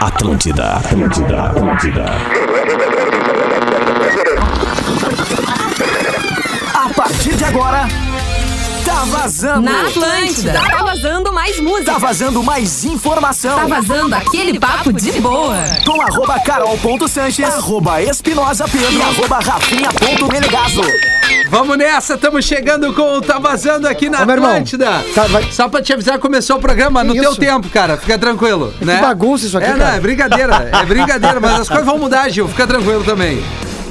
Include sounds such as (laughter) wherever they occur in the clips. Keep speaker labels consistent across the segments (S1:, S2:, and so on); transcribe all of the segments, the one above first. S1: Atlântida, Atlântida, Atlântida.
S2: A partir de agora, tá vazando.
S3: Na Atlântida. Tá vazando mais música.
S2: Tá vazando mais informação.
S3: Tá vazando aquele papo de boa.
S2: Com arroba carol.sanches, arroba espinosa pedro, arroba rafinha.menegaso.
S4: Vamos nessa, estamos chegando com o Tá Vazando aqui na
S5: Ô, meu irmão,
S4: Atlântida.
S5: tá, vai-
S4: Só pra te avisar, começou o programa no
S5: Que
S4: teu
S5: isso?
S4: tempo, cara. Fica tranquilo.
S5: que
S4: né?
S5: bagunça isso aqui,
S4: É, não,
S5: cara.
S4: é brincadeira, é brincadeira, mas as coisas vão mudar, Gil. Fica tranquilo também.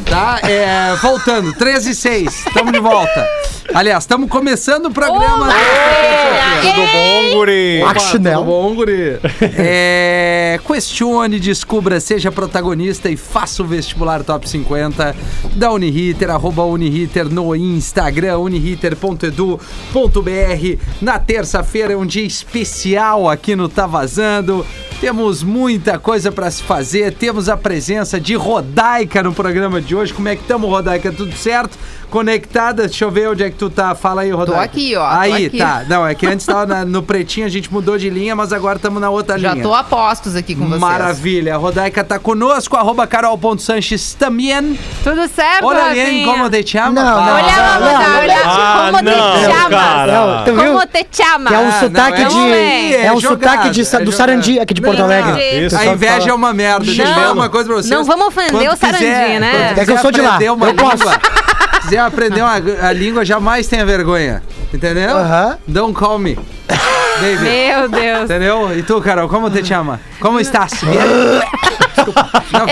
S4: Tá? É, voltando, 13 e 6, estamos de volta. Aliás, estamos começando o programa.
S6: Tudo bom, guri?
S5: Ah, chinelo.
S4: bom, guri? (laughs) É, questione, descubra, seja protagonista e faça o vestibular top 50 da Uniriter, arroba Uniriter no Instagram, uniriter.edu.br. Na terça-feira é um dia especial aqui no Tá Vazando. Temos muita coisa pra se fazer, temos a presença de Rodaica no programa de hoje. Como é que estamos, Rodaica? Tudo certo? Conectada? Deixa eu ver onde é que tu tá. Fala aí, Rodaica.
S7: aqui, ó, tô
S4: Aí,
S7: aqui.
S4: tá. Não, é que antes tava na- no pretinho, a gente mudou de linha, mas agora estamos na outra
S7: Já
S4: linha.
S7: tô a postos aqui com vocês.
S4: Maravilha. A Rodaica tá conosco, arroba carol.sanches também.
S7: Tudo certo,
S4: Olha alguém
S7: Rafinha?
S4: como te chama.
S5: Não, não,
S3: Olha,
S5: não,
S3: vamos
S5: não,
S3: dar, olha
S6: Ah,
S3: como te
S6: não,
S3: chamas.
S6: cara.
S5: Não, tu viu?
S3: Como te chamas.
S5: Que é um
S4: não,
S5: sotaque
S4: é
S5: de.
S4: homem,
S5: é
S4: é
S5: um sotaque
S4: jogada,
S5: de, sa-
S4: é
S5: do
S4: jogada.
S5: Sarandi aqui de Porto
S4: Não,
S5: Alegre.
S3: Gente,
S6: Isso.
S4: A
S5: Sabe
S4: inveja
S5: falar.
S4: é uma merda. Deixa eu
S3: Não,
S4: dizer uma coisa pra vocês.
S3: não vamos ofender
S4: Quando
S3: o Sarandi,
S4: quiser-
S3: né?
S4: quando
S5: É que eu
S4: quiser
S5: sou de lá,
S4: aprender uma
S5: eu posso.
S4: língua, quiser aprender uma, a língua, jamais tenha vergonha. Entendeu?
S5: Aham.
S4: Don't call me. Baby.
S3: Meu Deus.
S4: Entendeu? E tu, Carol, como te chama? Como estás?
S3: (laughs) É
S4: tá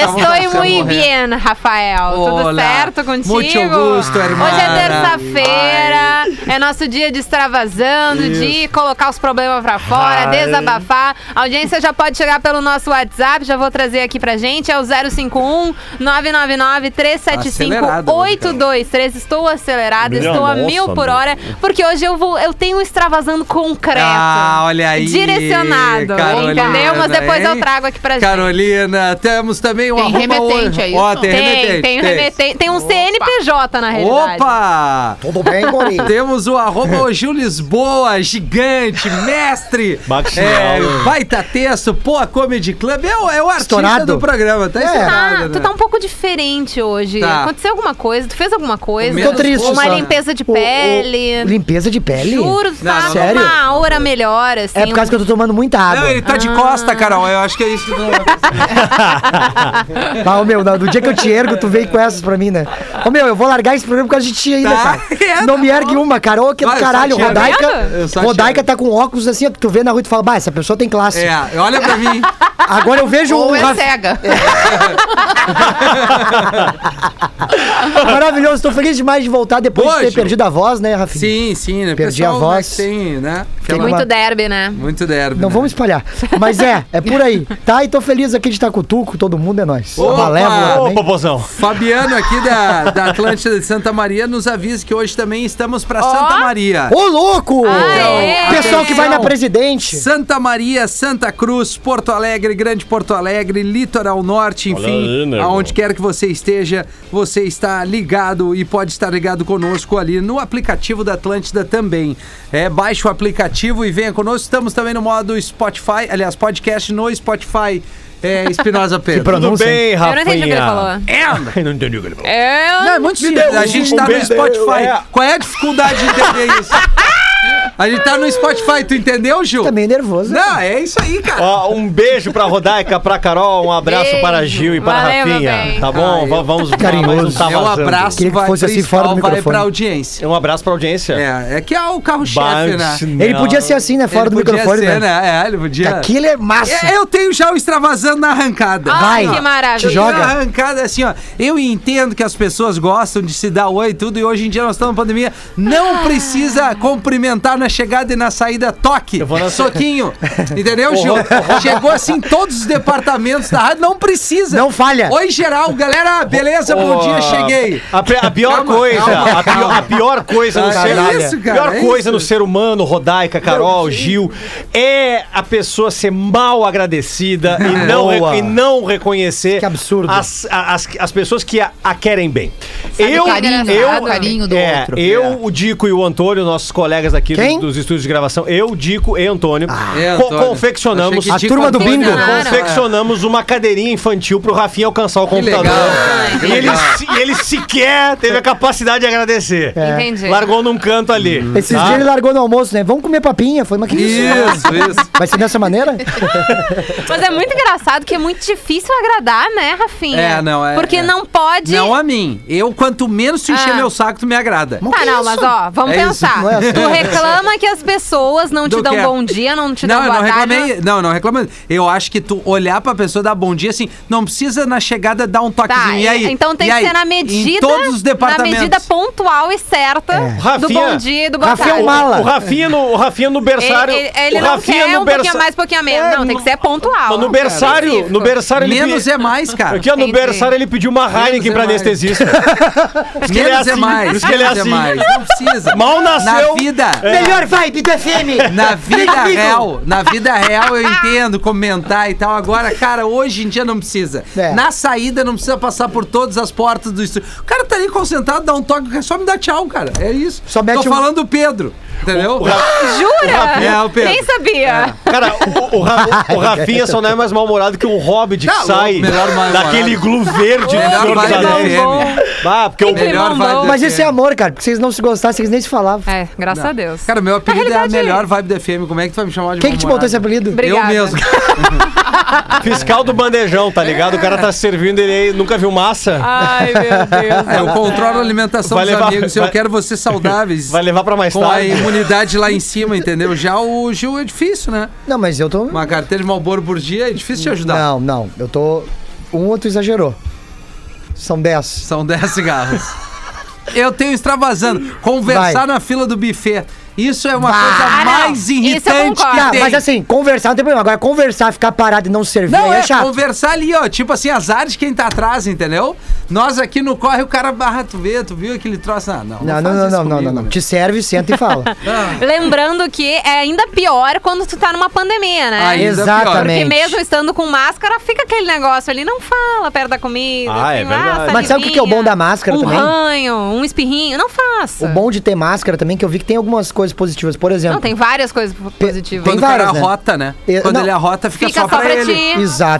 S3: Estou muito bem, Rafael. Tudo
S4: Olá.
S3: certo contigo?
S4: Muito gusto, irmã.
S3: Hoje é terça-feira, é nosso dia de extravasando, de colocar os problemas pra fora, desabafar. A audiência já pode chegar pelo nosso WhatsApp, já vou trazer aqui pra gente, é o 051 999 375
S4: Acelerado hoje, cara.
S3: 823. Estou acelerada,
S6: Minha
S3: estou a
S6: nossa,
S3: mil por
S6: meu.
S3: hora, porque hoje eu vou, eu tenho um extravasando concreto.
S4: Ah, olha aí.
S3: Direcionado,
S4: Carolina,
S3: entendeu? Mas depois eu
S4: hein?
S3: trago aqui pra gente.
S4: Carolina, temos também o
S7: Tem
S4: arroba
S7: remetente,
S4: hoje.
S7: é isso?
S4: Ó, tem,
S3: Tem,
S4: remetente.
S3: tem, remetente. Tem um CNPJ na realidade.
S4: Opa!
S5: Tudo bem, Guri? (laughs)
S4: Temos o arroba o Gil Lisboa, gigante, mestre.
S6: Baxinal.
S4: É, baita texto, pô, Comedy Club. É o, é o artista
S5: Estourado.
S4: do programa, tá
S5: É.
S4: estourado,
S3: Ah,
S4: né?
S3: tu tá um pouco diferente hoje.
S4: Tá.
S3: Aconteceu alguma coisa? Tu fez alguma coisa?
S4: Tô triste
S3: Uma
S4: só.
S3: limpeza de
S5: O- o-
S3: pele.
S5: limpeza de pele?
S3: Juro, tu
S4: Não,
S3: tá
S4: não,
S3: com
S5: sério?
S3: uma aura melhor, assim.
S5: É por causa que eu tô tomando muita água.
S4: Não, ele tá de
S3: Ah.
S4: costa, Carol. Eu acho que é isso que tu não vai
S5: (laughs) Ah, ô, meu, não, do dia que eu te ergo, tu vem com essas pra mim, né? Ô meu, eu vou largar esse programa por causa de ti ainda,
S4: Tá.
S5: cara.
S4: (laughs)
S5: Tu não me ergue uma, cara. Ô, que do
S4: Olha, eu só
S5: caralho,
S4: te ergo.
S5: Rodaica.
S4: Eu só te
S5: Rodaica
S4: ergo.
S5: tá com óculos assim, ó, que tu vê na rua e tu fala, bah, essa pessoa tem classe.
S4: É, olha pra mim.
S5: Agora eu vejo um
S7: Ou
S5: o
S7: é
S5: Rafa-
S7: cega.
S5: (laughs) Maravilhoso, tô feliz demais de voltar depois
S4: Boa,
S5: de ter
S4: Gil.
S5: perdido a voz, né, Rafinha?
S4: Sim, sim, né?
S5: Perdi a
S4: Pessoal, mas
S5: voz.
S4: Tem, né?
S5: Tem
S4: Aquela-
S3: Muito
S5: uma-
S3: derby, né?
S4: Muito derby.
S5: Não
S4: né?
S5: vamos espalhar. Mas é, é por aí. Tá? E tô feliz aqui de estar com o Tuco, todo mundo é nóis.
S4: Opa!
S5: A Malévola,
S6: Ô,
S5: amém?
S6: popozão.
S4: Fabiano aqui da, da Atlântida de Santa Maria nos avisa que hoje também estamos pra Santa Maria.
S5: Ô, louco!
S3: Aê!
S5: Pessoal que vai na presidente.
S4: Santa Maria, Santa Cruz, Porto Alegre, Grande Porto Alegre, Litoral Norte,
S6: aí,
S4: enfim,
S6: nego.
S4: aonde quer que você esteja, você está ligado e pode estar ligado conosco ali no aplicativo da Atlântida também. É, baixe o aplicativo e venha conosco. Estamos também no modo Spotify, aliás, podcast no Spotify. É, Espinosa Pedro.
S6: Tudo
S5: Pronúncia.
S6: bem,
S3: Eu
S6: Rafinha?
S3: não entendi o que ele
S6: (laughs)
S3: falou.
S6: É, não entendi o que ele falou.
S3: Eu...
S4: Não, é muito simples. A gente tá
S6: Me
S4: no
S6: deu, um
S4: Spotify.
S6: é.
S4: Qual é a dificuldade de entender isso? A gente tá no Spotify, tu entendeu, Gil?
S5: Tá meio nervoso. né?
S4: Não, é isso aí, cara.
S6: Ó, um beijo pra Rodaica, pra Carol, um abraço
S3: Beijo.
S6: para Gil e para
S3: Valeu, meu
S6: Rafinha.
S3: bem.
S6: Tá bom?
S4: Ah,
S6: Va-
S4: eu-
S6: Vamos pra mais um
S5: Carinhoso.
S6: Tá
S4: é um
S6: Vazando.
S4: abraço
S5: Queria que
S4: vai
S5: fosse assim
S4: principal,
S5: fora do
S4: vai
S5: microfone.
S4: pra audiência.
S6: Um abraço pra audiência.
S4: É, é que é o carro-chefe, né?
S5: Ele podia ser assim, né? Fora
S4: Ele
S5: do
S4: podia
S5: microfone,
S4: ser,
S5: né?
S4: É, ele podia.
S5: Aquilo é massa.
S4: É, eu tenho já o extravasando na arrancada.
S3: Ah,
S5: Vai,
S3: que maravilha.
S5: te
S4: Na
S5: joga.
S4: arrancada, assim, ó. Eu entendo que as pessoas gostam de se dar oi e tudo, e hoje em dia nós estamos na pandemia.
S3: Ah.
S4: Não precisa cumprimentar na chegada e na saída toque.
S6: vou
S5: (laughs)
S6: na-
S4: Soquinho. Entendeu, Gil? Chegou assim em todos os departamentos da rádio, não precisa.
S5: Não falha.
S4: Oi, geral, galera, beleza? Bom
S6: Ô,
S4: dia,
S6: a-
S4: cheguei.
S6: A, pri- a pior
S4: Calma,
S6: coisa,
S4: calma,
S6: a, pior,
S4: calma.
S6: a pior coisa no
S4: Ah,
S6: ser
S4: é isso, cara,
S6: a pior
S4: é
S6: coisa
S4: isso.
S6: no ser humano, Rodaica, Carol, Gil, é a pessoa ser mal agradecida
S4: Ah,
S6: e, não,
S5: Boa.
S6: re- e não reconhecer
S5: Que absurdo.
S6: As, a- as, as pessoas que a, a querem bem.
S7: Sabe, carinho,
S6: eu,
S7: carinho do
S6: é,
S7: outro.
S6: eu, o Dico e o Antônio, nossos colegas aqui
S5: Quem?
S6: dos estúdios de gravação, eu, Dico e Antônio,
S4: É,
S6: co-
S4: Antônio.
S6: confeccionamos.
S4: Achei que
S5: A
S4: Dico
S5: turma do
S4: Antônio-
S5: bingo.
S3: Confeccionaram.
S6: Confeccionamos uma cadeirinha infantil pro Rafinha alcançar o computador.
S4: legal, cara, que
S6: e ele,
S4: legal. É.
S6: se- e ele sequer teve a capacidade de agradecer.
S5: é.
S3: Entendi.
S6: Largou num canto ali.
S4: Hum.
S5: Esses
S6: tá?
S5: dias ele largou no almoço, né? Vamos comer papinha. Foi uma que
S4: Ah. Isso,
S3: (laughs)
S4: isso.
S5: Vai ser dessa maneira?
S3: Mas é muito engraçado que é muito difícil agradar, né, Rafinha?
S4: É, não, é-
S3: Porque
S4: é.
S3: não pode.
S4: Não a mim. Eu, quanto menos tu encher
S3: Ah.
S4: meu saco, tu me agrada.
S3: Tá, não, mas ó, vamos
S4: É isso,
S3: pensar.
S5: não é assim.
S3: Tu reclama que as pessoas não te
S4: Do
S3: dão
S4: quê?
S3: bom dia, não te
S4: Não,
S3: dão
S4: eu
S3: boa
S4: não
S3: tarde.
S4: reclamei. Não, não reclamei. Eu acho que tu olhar pra pessoa dar bom dia assim, não precisa na chegada dar um toquezinho.
S3: Tá,
S4: e aí?
S3: então tem
S4: E
S3: que
S4: aí?
S3: ser na medida.
S4: Em todos os departamentos.
S3: Na medida pontual e certa
S5: É.
S3: do
S6: Rafinha-
S3: bom dia e do boa
S5: Rafinha
S3: tarde.
S5: é um mala.
S6: O Rafinha no, o Rafinha no berçário.
S3: Ele, ele- ele
S6: o
S3: não
S6: Rafinha
S3: quer um
S6: berça-
S3: pouquinho a mais, um pouquinho a menos.
S6: É,
S3: não, tem que ser pontual.
S6: Mas no berçário, no berçário ele
S4: Menos
S6: pe-
S4: é mais, cara.
S6: Aqui, ó, no
S3: Entendi.
S6: berçário ele pediu uma Heineken
S4: é
S6: pra
S4: mais. (laughs)
S6: anestesista. Por isso que ele
S4: Menos é
S6: assim,
S4: mais.
S6: por isso que ele é
S4: menos
S6: assim.
S4: mais. Não precisa.
S6: Mal
S4: Na
S6: nasceu. É. Tá
S4: vida.
S5: Melhor vibe do FM.
S4: É. Na vida real, na vida real eu entendo comentar e tal. Agora, cara, hoje em dia não precisa.
S5: É.
S4: Na saída não precisa passar por todas as portas do estúdio. O cara tá ali concentrado, dá um toque, é só me dá tchau, cara. É isso.
S5: Só mete
S4: Tô
S5: um-
S4: falando do Pedro, entendeu?
S3: Jura?
S4: É, o Pedro.
S3: Nem sabia.
S6: Cara, o, o, Ra-
S5: (laughs)
S6: o Rafinha só não é mais mal-humorado que o Hobbit que
S4: Tá
S6: sai
S4: louco, melhor mal-humorado.
S6: daquele iglu verde do
S4: Melhor
S6: Senhor dos
S4: vibe da
S6: Anéis.
S4: FM.
S6: Ah, porque o
S4: Melhor
S3: Climão
S4: vibe
S3: bom.
S4: da
S5: Mas isso é
S4: FM.
S5: amor, cara. Porque vocês não se gostassem, vocês nem se falavam.
S3: É, graças a Deus.
S4: Cara, meu apelido é a
S3: realidade-
S4: melhor vibe da FM. Como é que tu vai me chamar de
S5: Quem que te botou esse
S4: mal-humorado?
S5: apelido?
S3: Obrigada.
S4: Eu mesmo.
S6: fiscal do bandejão, tá ligado? O cara tá servindo ele aí, nunca viu massa?
S3: Ai, meu
S6: (laughs)
S3: Deus.
S4: É, eu controlo a alimentação
S6: Vai
S4: dos
S6: levar-
S4: amigos. Eu
S6: vai-
S4: quero vocês saudáveis.
S6: (laughs) Vai levar pra mais
S4: com a
S6: tarde.
S4: imunidade lá em cima, entendeu? Já o Gil é difícil, né?
S5: Não, mas eu tô.
S4: Uma carteira de Malboro por dia é difícil te ajudar.
S5: Não, não. Eu tô. Um outro exagerou. São 10.
S4: São 10 cigarros. Eu tenho extravasando. Conversar
S5: Vai.
S4: na fila do buffet. Isso é uma coisa
S3: Ah, não.
S4: mais
S3: Isso eu
S4: irritante
S3: concordo.
S4: que
S5: Tá,
S4: tem.
S5: mas assim, conversar não tem problema. Agora, conversar, ficar parado e não servir
S4: Não,
S5: aí é,
S4: é
S5: chato.
S4: conversar ali, ó. Tipo assim, azar de quem tá atrás, entendeu? Nós aqui no corre, o cara barra, tu vê, tu viu aquele troço? Ah, não,
S5: Não, não,
S4: faz
S5: não,
S4: isso
S5: não, não, não,
S4: comigo,
S5: não.
S4: né?
S5: Te serve, senta e fala.
S3: Lembrando que é ainda pior quando tu tá numa pandemia, né?
S4: Ainda pior.
S3: Porque
S5: Exatamente.
S3: mesmo assim- estando com máscara, fica aquele negócio ali, não fala perto da comida.
S6: Ah, é
S3: assim, lá,
S6: verdade.
S5: Mas sabe o que que é o bom da
S3: salivinha,
S5: máscara
S3: Um
S5: também?
S3: ranho, um espirrinho, não faça.
S5: O bom de ter máscara também, é que eu vi que tem algumas coisas positivas. Por exemplo.
S3: Não, tem várias coisas positivas.
S5: tem
S4: Quando o cara
S5: várias, né?
S4: arrota, né?
S5: Eu-
S4: Quando
S5: não.
S4: ele arrota, fica,
S3: Fica
S4: só pra, ele.
S3: ti.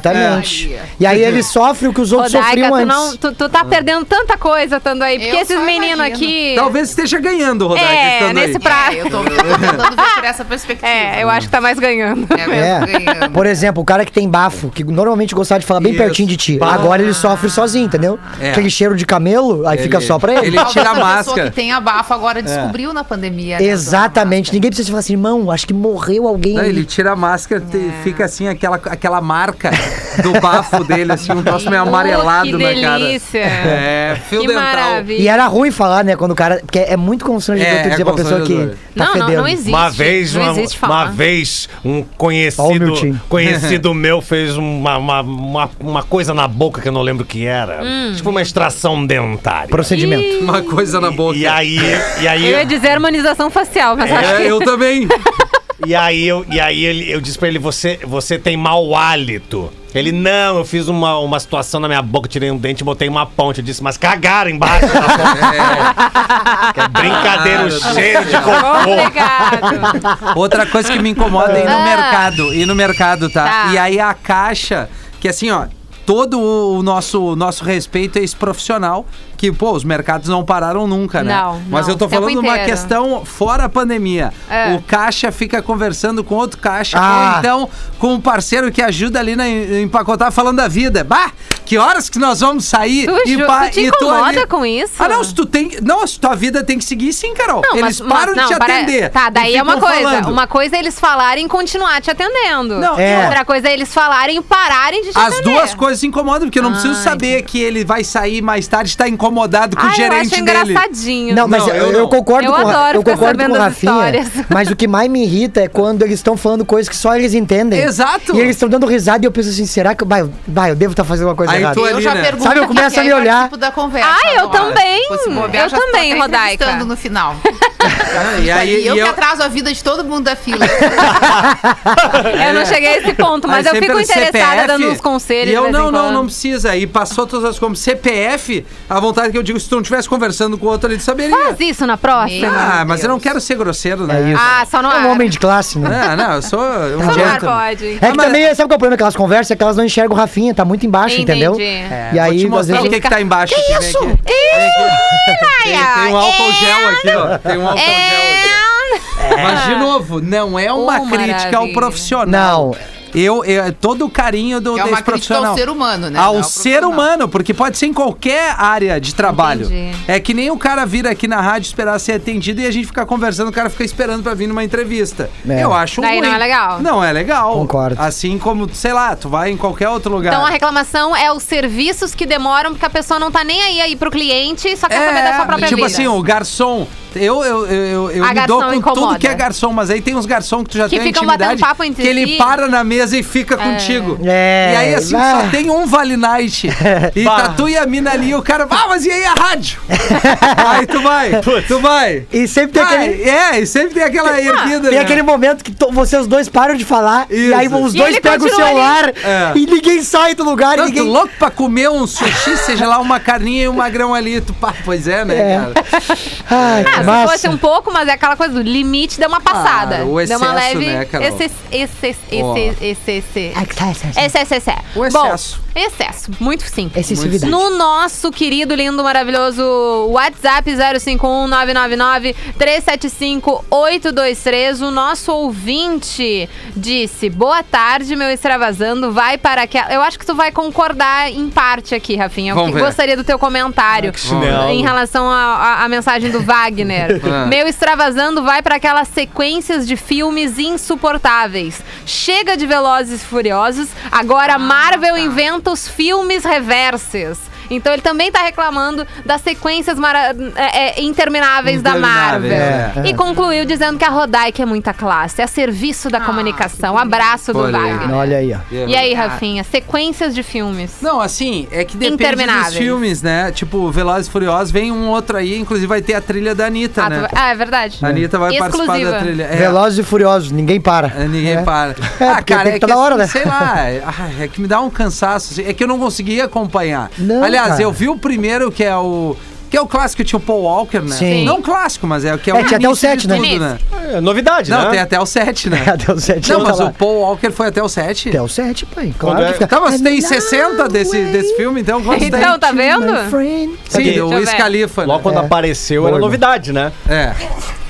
S5: Exatamente. E aí ele sofre o que
S4: um
S5: os outros
S3: Rodaica,
S5: sofriam
S3: tu,
S5: antes.
S3: não, tu, tu
S4: Ah.
S3: tá perdendo tanta coisa estando aí. Porque
S7: Eu
S3: esses
S7: só
S3: meninos
S7: imagino.
S3: aqui.
S4: Talvez esteja ganhando, Rodaica,
S3: É,
S4: estando aí.
S3: nesse prato.
S7: É, eu tô, eu tô tentando ver por essa perspectiva.
S3: É, eu
S4: né?
S3: acho que tá mais ganhando.
S5: É. Por exemplo, o cara que tem bafo, que normalmente gostava de falar bem
S4: Isso.
S5: pertinho de ti, agora ele sofre sozinho, entendeu?
S4: É.
S5: Aquele cheiro de camelo, aí fica só pra ele.
S4: Ele tira a
S7: Talvez pessoa
S4: máscara. É.
S7: que tem abafo agora descobriu na
S3: É
S7: pandemia. né,
S5: Exatamente. Ninguém precisa falar assim, irmão, acho que morreu alguém.
S4: Não,
S5: ali."
S4: ele tira a máscara e
S3: É.
S4: fica assim, aquela, aquela marca do bafo dele, assim, um
S3: (laughs)
S4: troço meio amarelado
S3: Oh, que
S4: na cara.
S3: delícia.
S4: É, fio
S3: Que
S4: dental. tá
S5: E
S3: maravilha.
S5: era ruim falar, né? Quando o cara. Porque é muito constrangedor
S4: É,
S5: tu
S4: é
S5: dizer pra pessoa que.
S4: constrangedor.
S5: Tá
S3: não, não,
S5: fedendo.
S3: não existe.
S6: Uma vez,
S3: não
S6: uma,
S3: existe
S6: uma
S3: falar.
S6: vez, um
S5: Ó o
S6: conhecido,
S5: Miltinho. (laughs)
S6: conhecido meu fez uma, uma, uma, uma coisa na boca que eu não lembro o que era.
S3: Hum.
S6: Tipo uma extração dentária.
S5: Procedimento.
S4: Uma coisa na boca.
S6: E aí, e aí,
S3: Eu ia dizer harmonização facial, mas acho
S4: É,
S3: que. (laughs)
S4: eu também.
S6: e aí, eu, e aí ele- eu disse pra ele, você, você tem mau hálito. Ele, não, eu fiz uma, uma situação na minha boca, tirei um dente e botei uma ponte. Eu disse, mas cagaram embaixo da ponte.
S4: (laughs)
S6: Que é
S4: Ah,
S6: brincadeira, o cheiro de
S3: é
S6: cocô.
S3: Obrigado.
S4: Outra coisa que me incomoda é ir no
S3: Ah.
S4: mercado. Ir no mercado, tá?
S3: Tá.
S4: E aí a caixa, que assim, ó. Todo o nosso, o nosso respeito é esse profissional, que, pô, os mercados não pararam nunca, né?
S3: Não,
S4: Mas
S3: não,
S4: eu tô
S3: o tempo
S4: falando uma
S3: inteiro.
S4: questão fora a pandemia.
S3: É.
S4: O caixa fica conversando com outro caixa,
S5: Ah.
S4: ou então com um parceiro que ajuda ali na em- empacotar, falando da vida. Bah, que horas que nós vamos sair?
S3: Tu, ju-
S4: pá,
S3: tu te
S4: tu ali-
S3: incomoda com isso?
S4: Ah, não, se tu tem. Não, se tua vida tem que seguir, sim, Carol.
S3: Não,
S4: Eles
S3: mas-
S4: param
S3: mas- não,
S4: de te
S3: para-
S4: atender.
S3: Tá, daí
S4: e
S3: é uma
S4: ficam
S3: coisa.
S4: falando.
S3: Uma coisa é eles falarem e continuar te atendendo.
S4: Não,
S5: É.
S3: E outra coisa é eles falarem e pararem de te
S4: As
S3: é atender.
S4: duas coisas incomodam, porque eu não preciso saber que ele vai sair mais tarde, tá incomodado com
S3: Ah,
S4: o gerente
S3: eu acho
S4: dele.
S3: engraçadinho.
S5: Não, mas
S4: Não,
S5: eu,
S4: eu
S5: eu
S4: não.
S5: concordo
S3: Eu
S5: com o Ra-
S3: adoro
S5: eu
S3: ficar
S5: concordo com o
S3: sabendo as
S5: Rafinha.
S3: histórias.
S5: Mas o que mais me irrita é quando eles estão falando coisas que só eles entendem.
S4: Exato.
S5: E eles estão dando risada e eu penso assim, será que eu, vai, vai, eu devo estar fazendo uma coisa
S4: Aí
S5: errado.
S4: tô ali,
S7: Eu já
S4: né?
S7: pergunto
S5: Sabe, eu
S7: quem
S5: começo a
S7: quer
S5: me
S7: e
S5: olhar.
S7: participo tipo da conversa
S3: Ah, eu
S7: agora.
S3: também.
S7: Se bobear,
S3: Eu
S7: já tô até
S3: também, Rodaica.
S7: entrevistando no final.
S4: Ah, e
S7: E,
S4: aí,
S7: eu
S4: e
S7: que
S4: eu-
S7: atraso a vida de todo mundo da fila.
S3: Eu não cheguei a esse ponto, mas
S4: É. Aí
S3: eu fico
S4: sempre
S3: interessada
S4: CPF,
S3: dando uns conselhos.
S4: E
S3: de
S4: eu,
S3: vez
S4: não,
S3: em
S4: não,
S3: quando.
S4: não precisa. E passou todas as como CPF, a vontade que eu digo, se tu não estivesse conversando com o outro, ele saberia.
S3: Faz isso na próxima.
S4: ah,
S7: Meu
S4: mas eu
S7: Deus.
S4: não quero ser grosseiro, né?
S5: É isso.
S3: Ah, só no
S5: é
S3: ar.
S5: um homem de classe, né?
S4: Não, não, eu sou um
S3: Só no ar
S4: gentleman.
S3: pode.
S5: É que
S4: Ah, mas-
S5: também, sabe qual é o problema daquelas conversas? É que elas não enxergam o Rafinha, tá muito embaixo,
S3: Entendi.
S5: entendeu?
S3: É,
S5: E
S4: Vou
S5: aí,
S4: te
S5: às
S4: mostrar
S5: vezes,
S4: o que, que tá embaixo.
S3: Que
S4: Que
S3: isso?
S4: Vem aqui. Tem, tem um álcool
S3: É.
S4: gel aqui, ó. Tem um álcool gel aqui.
S3: É.
S4: Mas, de novo, não é uma
S3: Oh,
S4: crítica ao
S3: maravilha.
S4: profissional.
S5: Não.
S4: Eu, eu, todo o carinho do
S7: É uma
S4: desse
S7: crítica
S4: profissional.
S7: ao ser humano, né?
S4: ao
S7: Não
S4: ser
S7: profissional.
S4: humano, porque pode ser em qualquer área de trabalho.
S3: Entendi.
S4: É que nem o cara vir aqui na rádio esperar ser atendido e a gente ficar conversando, o cara fica esperando pra vir numa entrevista.
S5: É.
S4: Eu acho
S3: Daí
S4: ruim.
S3: não é legal.
S4: Não é legal.
S5: Concordo.
S4: Assim como, sei lá, tu vai em qualquer outro lugar.
S3: Então a reclamação é os serviços que demoram, porque a pessoa não tá nem aí aí pro cliente, só quer saber da sua própria
S4: tipo
S3: vida.
S4: assim, o garçom. Eu, eu, eu, eu, eu
S3: A
S4: me dou
S3: garçom
S4: com
S3: incomoda.
S4: tudo que é garçom, mas aí tem uns garçom que tu já
S3: Que
S4: tem
S3: ficam
S4: intimidade.
S3: batendo papo entre
S4: que ele
S3: si.
S4: para na mesa e fica contigo.
S5: É.
S4: E aí assim,
S5: Ah.
S4: só tem um Vale
S5: (laughs)
S4: Night. e tá tu e a mina ali, e o cara. Ah, mas e aí a
S5: (laughs)
S4: rádio? aí tu vai, tu vai.
S5: E sempre tem
S4: Vai,
S5: aquele. Ah,
S4: É, e sempre tem aquela erguida.
S5: Tem
S4: né?
S5: aquele momento que to- vocês dois param de falar e
S4: Isso.
S5: aí os
S3: E
S5: dois
S3: ele
S5: pegam o
S3: continua
S5: celular
S4: É.
S5: e ninguém sai do lugar e
S4: Não,
S5: ninguém.
S4: tu louco pra comer um sushi, seja lá uma carninha e um magrão ali. Tu, pá, pois é, né,
S5: É.
S4: cara?
S5: Ai,
S3: Ah,
S5: que
S3: se
S5: massa.
S3: fosse um pouco, mas é aquela coisa do limite, deu uma passada.
S4: o
S3: deu uma
S4: excesso,
S3: leve.
S4: né, Carol?
S3: Esse, esse, esse, esse, esse,
S4: Ó.
S3: esse.
S4: um- É.
S3: Esse, é esse, esse.
S4: O excesso.
S3: Bom, excesso. Muito simples.
S5: Excessividade.
S3: No nosso querido, lindo, maravilhoso WhatsApp 051-999-375-823, o nosso ouvinte disse: Boa tarde, meu extravasando. Vai para aquela. Eu acho que tu vai concordar em parte aqui, Rafinha. Eu
S4: Vamos
S3: que-
S4: ver.
S3: gostaria do teu comentário
S6: chinelo.
S3: em relação à à- à mensagem do Wagner.
S4: (laughs) Ah.
S3: Meu extravasando vai para aquelas sequências de filmes insuportáveis. Chega de Velozes e Furiosos,
S4: Ah,
S3: agora a
S4: tá.
S3: Marvel inventa os filmes reverses. Então ele também tá reclamando das sequências mara- é, é, intermináveis da Marvel.
S4: Intermináveis, é.
S3: E concluiu dizendo que a Rodaica é muita classe, é a serviço da comunicação. Abraço do
S4: Olha aí.
S3: Wagner.
S5: Olha aí, ó.
S3: E aí, Rafinha, sequências de filmes.
S4: Não, assim, é que depende dos
S3: Intermináveis.
S4: filmes, né? Tipo, Velozes e Furiosos, vem um outro aí, inclusive vai ter a trilha da Anitta,
S3: Ah, tu
S4: né?
S3: vai- ah, é verdade.
S4: A Anitta vai participar
S3: Exclusiva.
S4: da trilha. É,
S5: Velozes e Furiosos, ninguém para. (laughs)
S4: é, Ninguém
S5: É.
S4: para.
S5: É, porque tem que tá da hora, né?
S4: assim, Sei lá, é, ah, é que me dá um cansaço. assim, É que eu não consegui acompanhar.
S5: Não,
S4: Aliás,
S5: cara.
S4: eu vi o primeiro, que é o... Que é o clássico, tinha o Paul Walker, né?
S5: Sim.
S4: Não clássico, mas é o que é,
S5: É,
S4: o
S5: tinha até o
S4: início
S5: sete,
S4: de
S5: né?
S4: tudo, né?
S6: É, novidade,
S4: Não,
S6: né?
S4: tem até o 7, né?
S5: (laughs) Até o 7
S4: Não, mas o Paul Walker foi até o 7.
S5: Até o 7, pai. Claro
S6: Quando
S5: que
S6: é-
S5: fica.
S4: Tá, mas tem 60 desse, desse filme, então quantos tem?
S3: Então, tá vendo?
S5: My friend.
S4: Sim,
S6: Deixa
S4: o
S3: eu
S4: Wiz
S3: ver.
S4: Khalifa.
S6: Logo
S4: né?
S6: quando apareceu, era
S5: Gordo.
S6: novidade, né?
S4: É.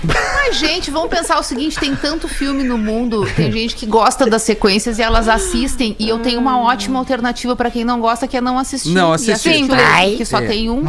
S7: Mas, gente, vamos pensar o seguinte: tem tanto filme no mundo, tem gente que gosta das sequências e elas assistem. E eu tenho uma ótima alternativa pra quem não gosta, que é não assistir.
S4: Não
S7: E
S4: assistir.
S7: assistir
S3: Sim.
S7: o
S3: Ai.
S7: que só
S4: É.
S7: tem um.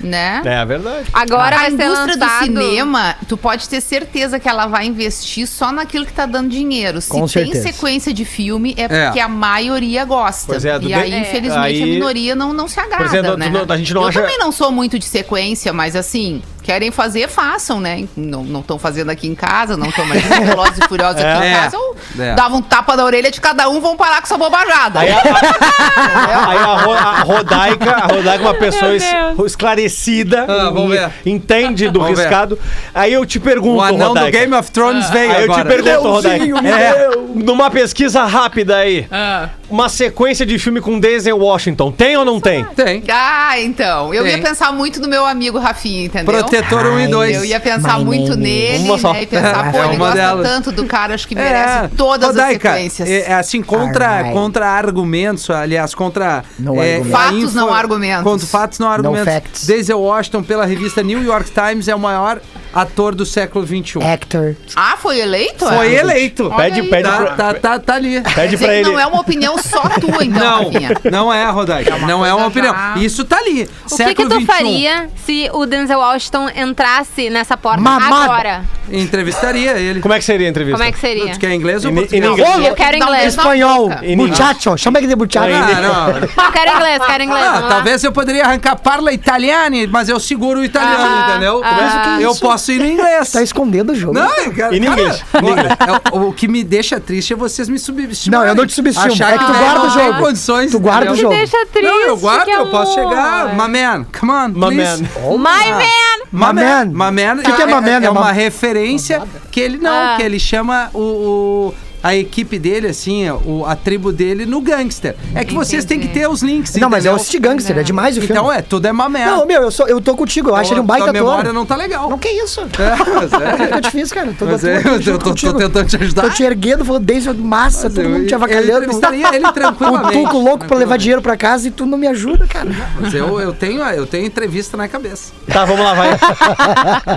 S7: Né?
S6: É, verdade.
S3: Agora
S7: a
S3: vai ser
S7: indústria
S3: lançado...
S7: do cinema, tu pode ter certeza que ela vai investir só naquilo que tá dando dinheiro. Se
S5: Com certeza.
S7: tem sequência de filme, é
S4: É.
S7: porque a maioria gosta.
S6: Pois é, do
S7: e
S6: de-
S7: aí,
S6: é.
S7: infelizmente, a
S6: Aí-
S7: minoria não, não se agrada,
S6: Por exemplo,
S7: né?
S6: tu não- a gente não
S7: Eu
S6: acha-
S7: também não sou muito de sequência, mas assim, querem fazer, façam, né? Não estão fazendo aqui em casa, não estão
S6: (laughs)
S7: mais velozes e furiosos aqui em
S4: É.
S7: casa. Eu
S4: É.
S7: dava um tapa na orelha de cada um, vão parar com essa bobajada.
S6: Aí é a, (laughs) a- aí a Ro- a Rodaica, a Rodaica é uma pessoa
S3: Meu
S6: es-
S3: Deus.
S6: esclarecida,
S4: Ah, vamos
S6: e
S4: ver.
S6: entende do
S4: Vamos ver.
S6: riscado. Aí eu te pergunto,
S4: O anão do
S6: Rodaica.
S4: Game of Thrones veio
S6: Aí eu
S4: agora.
S6: te pergunto,
S4: Leozinho,
S6: Rodaica, é, numa pesquisa rápida aí,
S3: Ah.
S6: uma sequência de filme com Denzel Washington, tem ou não tem?
S4: Tem.
S7: Ah, então. Eu
S4: Tem.
S7: ia pensar muito no meu amigo Rafinha, entendeu?
S4: Protetor 1 e
S5: Ai,
S7: Eu
S4: 2.
S7: ia pensar
S5: My
S7: muito
S5: name
S7: nele,
S6: Uma só.
S7: né?
S4: (laughs)
S7: E pensar, pô,
S4: É
S7: ele
S4: uma
S7: gosta
S4: delas.
S7: tanto do cara, acho que merece todas as sequências.
S4: É, é assim, contra,
S5: Alright.
S4: contra argumentos, aliás, contra...
S5: Não
S4: é,
S5: argumentos.
S4: a
S7: Fatos, não argumentos.
S4: Contra fatos, não argumentos.
S5: facts.
S4: Denzel Washington, pela revista New York Times, é o maior ator do século um. XXI.
S6: É.
S5: Actor.
S7: Ah, foi eleito?
S4: Foi
S7: é?
S4: eleito.
S7: Olha
S6: Ah, Pede,
S7: aí.
S6: pede,
S4: Tá,
S6: pro-
S4: tá, tá, tá ali.
S6: pede
S7: Quer dizer
S6: pra
S7: que
S6: ele.
S7: Não é uma opinião
S4: (laughs)
S7: só tua, então,
S4: Não,
S7: Rafinha.
S4: não é, Rodaica. não é uma
S7: coisa
S4: opinião.
S7: já-
S4: Isso tá ali.
S3: O que, que
S7: um.
S4: um.
S3: tu faria se o Denzel Washington entrasse nessa porta
S5: Mamada.
S3: agora?
S4: Entrevistaria ele.
S6: Como é que seria a entrevista?
S3: Como é que seria?
S4: Tu quer inglês ou
S6: Em- em
S4: português?
S6: inglês.
S3: Eu quero
S7: Dá um
S4: É,
S3: inglês.
S7: beijo na
S5: Espanhol.
S7: boca.
S6: E ninguém-
S5: Muchacho. Chama ele de muchacho.
S4: (laughs) Ah, não.
S3: Eu quero inglês, quero inglês.
S4: Ah,
S3: vamos lá.
S4: talvez eu poderia arrancar parla italiane, mas eu seguro o italiano,
S3: Ah,
S4: entendeu?
S3: ah. Mas o que é
S4: eu
S3: isso,
S4: posso raciocínio em inglês.
S5: Tá escondendo o jogo.
S4: Não, eu quero.
S6: E ninguém-
S4: o- o, o que me deixa triste é vocês me subestimarem.
S5: Não, eu não te subestimo.
S4: Achar
S5: É que tu
S4: eu
S5: guarda o
S4: não
S5: jogo.
S4: tenho condições,
S5: Tu guarda o
S4: entendeu?
S5: jogo.
S3: Deixa triste.
S4: Não, eu guardo,
S3: que
S4: eu posso
S3: amor.
S4: chegar. My man, come on,
S6: My
S4: please.
S7: Oh,
S6: man.
S3: My man!
S4: (laughs) My
S5: É. My
S4: man.
S5: man.
S4: My man.
S5: Que que é my man?
S4: É
S5: É
S4: uma
S5: uma-
S4: referência que ele não,
S3: Ah.
S4: que ele chama o... o- a equipe dele, assim, o, a tribo dele no gangster. É que vocês têm que
S3: Entendi.
S4: ter os links.
S5: Não, mas eu
S4: entendeu?
S5: assisti Gangster, é demais o filme.
S4: Então é, tudo é mamela.
S5: Não, meu, eu, sou, eu tô contigo, eu acho ele um baita
S4: A memória
S5: ator.
S4: não tá legal.
S5: Não, que isso?
S4: É, mas é.
S5: Fica difícil, cara. Tô,
S4: Mas
S5: tô-
S4: é,
S5: tô-
S4: eu tô- tô- tô
S5: contigo.
S4: tentando te ajudar.
S5: Eu te erguendo, falando desde massa, todo mundo te
S4: Eu
S5: avacalhando.
S4: entrevistaria ele
S5: O
S4: tranquilamente.
S5: Tuco louco pra levar dinheiro pra casa e tu não me ajuda, cara.
S4: Mas eu, eu, tenho, eu tenho entrevista na cabeça.
S6: Tá, vamos lá, vai.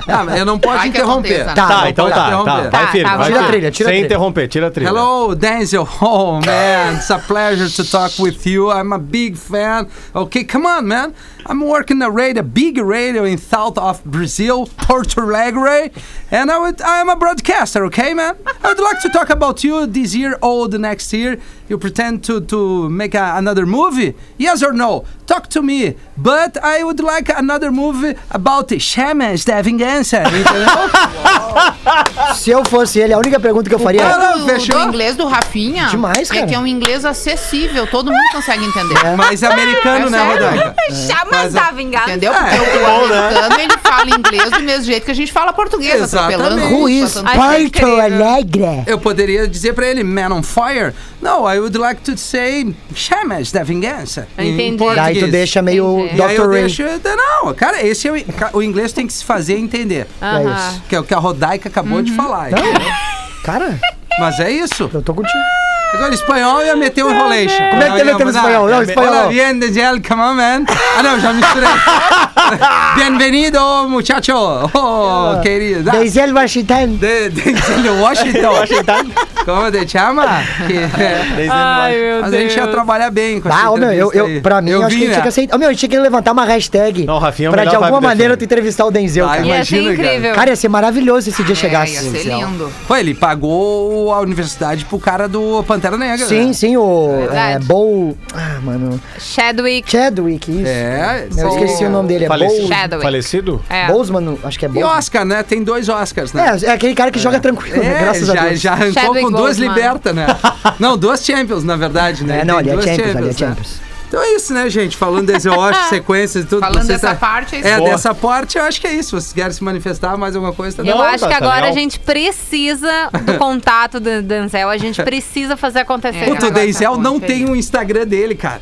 S4: Ah, mas eu não posso
S7: Vai que
S4: interromper.
S7: aconteça, né?
S5: Tá,
S6: Tá,
S5: não
S6: então
S4: pode
S6: tá, tá.
S4: interromper.
S6: Vai,
S3: Tá,
S6: filho.
S3: tá,
S6: vai,
S5: tira a
S6: filho.
S5: trilha, tira a
S6: Sem
S5: trilha.
S6: interromper, tira a trilha.
S4: Hello, Denzel. (laughs) Oh, man, it's a pleasure to talk with you. I'm a big fan. Okay, come on, man. I'm working a radio, big radio in south of Brazil, Porto Alegre, and I would, I'm a broadcaster. Okay, man. I would like to talk about you this year or the next year. You pretend to to make a, another movie? Yes or no? Talk to me. But I would like another movie about the shamans da (laughs)
S7: (laughs)
S4: vingança. Entendeu?
S5: Se eu fosse ele, a única pergunta que eu faria
S4: Cara,
S5: é.
S4: Ah, Não,
S7: do,
S4: fechou?
S7: do inglês do Rafinha
S5: Demais,
S7: é
S5: cara.
S7: que é um inglês acessível, todo mundo consegue entender.
S4: Mas é americano,
S7: É
S4: né,
S7: sério?
S4: Rodaica?
S3: Chamas
S4: é-
S3: da vingança.
S7: Entendeu? Porque o
S4: né?
S7: americano, ele fala inglês do mesmo jeito que a gente fala português,
S4: Exatamente.
S7: atropelando.
S5: Ruiz,
S7: passando-
S3: Ai, que
S5: Porto
S3: incrível.
S5: Alegre.
S4: Eu poderia dizer pra ele, Man on Fire. No, I would like to say chamas da vingança. em
S3: Entendi.
S4: português.
S5: Daí tu deixa meio
S3: Entendi.
S4: E aí eu
S5: Dr. Ray.
S4: deixo. Não, cara, esse é o, o inglês tem que se fazer entender.
S5: É
S3: Aham.
S5: isso.
S4: Que é o que a Rodaica acabou de falar.
S5: Uhum. Não,
S4: entendeu?
S5: cara,
S4: Mas é isso.
S5: eu tô contigo.
S4: Agora, espanhol ia meter um enrolation.
S5: Como é que
S4: Não,
S5: tem
S4: ia
S5: letra no
S4: mudar.
S5: espanhol? Não, espanhol
S4: Hola,
S5: não.
S4: bien, Daniel, come on, man. Ah, não, já
S5: (laughs)
S4: misturei. Bienvenido, muchacho. Oh, querido. Ah,
S5: Denzel Washington.
S4: De, de, de
S5: (laughs)
S4: Washington. Como te chama? Que-
S3: Ai, meu
S4: Mas a gente
S3: Deus.
S4: ia trabalhar bem com essa
S5: Ah, ô, meu, eu,
S4: entrevista aí. né?
S5: eu, pra mim, eu acho que a gente tinha que aceitar. Ô, meu, a gente tinha que levantar uma hashtag
S6: Não, Rafinha, é o
S5: pra de
S6: melhor
S5: alguma
S6: vibe
S5: maneira
S6: desse
S5: tu entrevistar o Denzel,
S4: Vai,
S5: cara.
S3: Ia ser
S4: Ah, Imagina, cara.
S3: incrível.
S5: Cara, ia ser maravilhoso se esse dia
S7: É,
S5: chegasse.
S7: ia ser lindo.
S4: Pô, ele pagou a universidade pro cara do Pantera Negra.
S5: Sim,
S4: né?
S5: sim, o. É,
S3: Verdade.
S5: Bo. Ah, mano.
S3: Chadwick.
S5: Chadwick, isso.
S4: É,
S5: Eu
S4: sim.
S5: esqueci o nome dele. É
S6: Falecido?
S5: Bo.
S3: Chadwick.
S6: Falecido?
S3: É.
S5: Boseman, acho que é
S4: E
S5: Boseman.
S4: Oscar, né? Tem dois Oscars, né?
S5: É, é aquele cara que joga tranquilo, né? Graças
S4: É, já,
S5: a Deus.
S4: já arrancou
S3: Chadwick
S4: com duas
S3: Boseman.
S4: libertas,
S5: (laughs)
S4: né? Não, duas Champions, na verdade, né?
S5: É, não,
S4: Tem
S5: ali é
S4: duas
S5: Champions, ali é
S4: né?
S5: Champions.
S4: Então é isso, né, gente? Falando
S3: (laughs)
S4: desse Oscar, sequências e tudo.
S7: Falando
S4: vocês
S7: dessa
S4: tá-
S7: parte, é isso.
S4: É,
S6: Boa.
S4: dessa parte, eu acho que é isso. Vocês querem se manifestar mais alguma coisa? Tá
S3: Eu
S6: Não,
S3: acho
S6: tá-
S3: que
S6: tá
S3: agora
S6: legal.
S3: a gente precisa
S4: (laughs)
S3: do contato do Denzel. A gente precisa fazer acontecer.
S4: É. Puta,
S3: esse
S4: o
S3: negócio.
S4: Denzel não
S7: muito
S4: tem o Instagram dele, cara.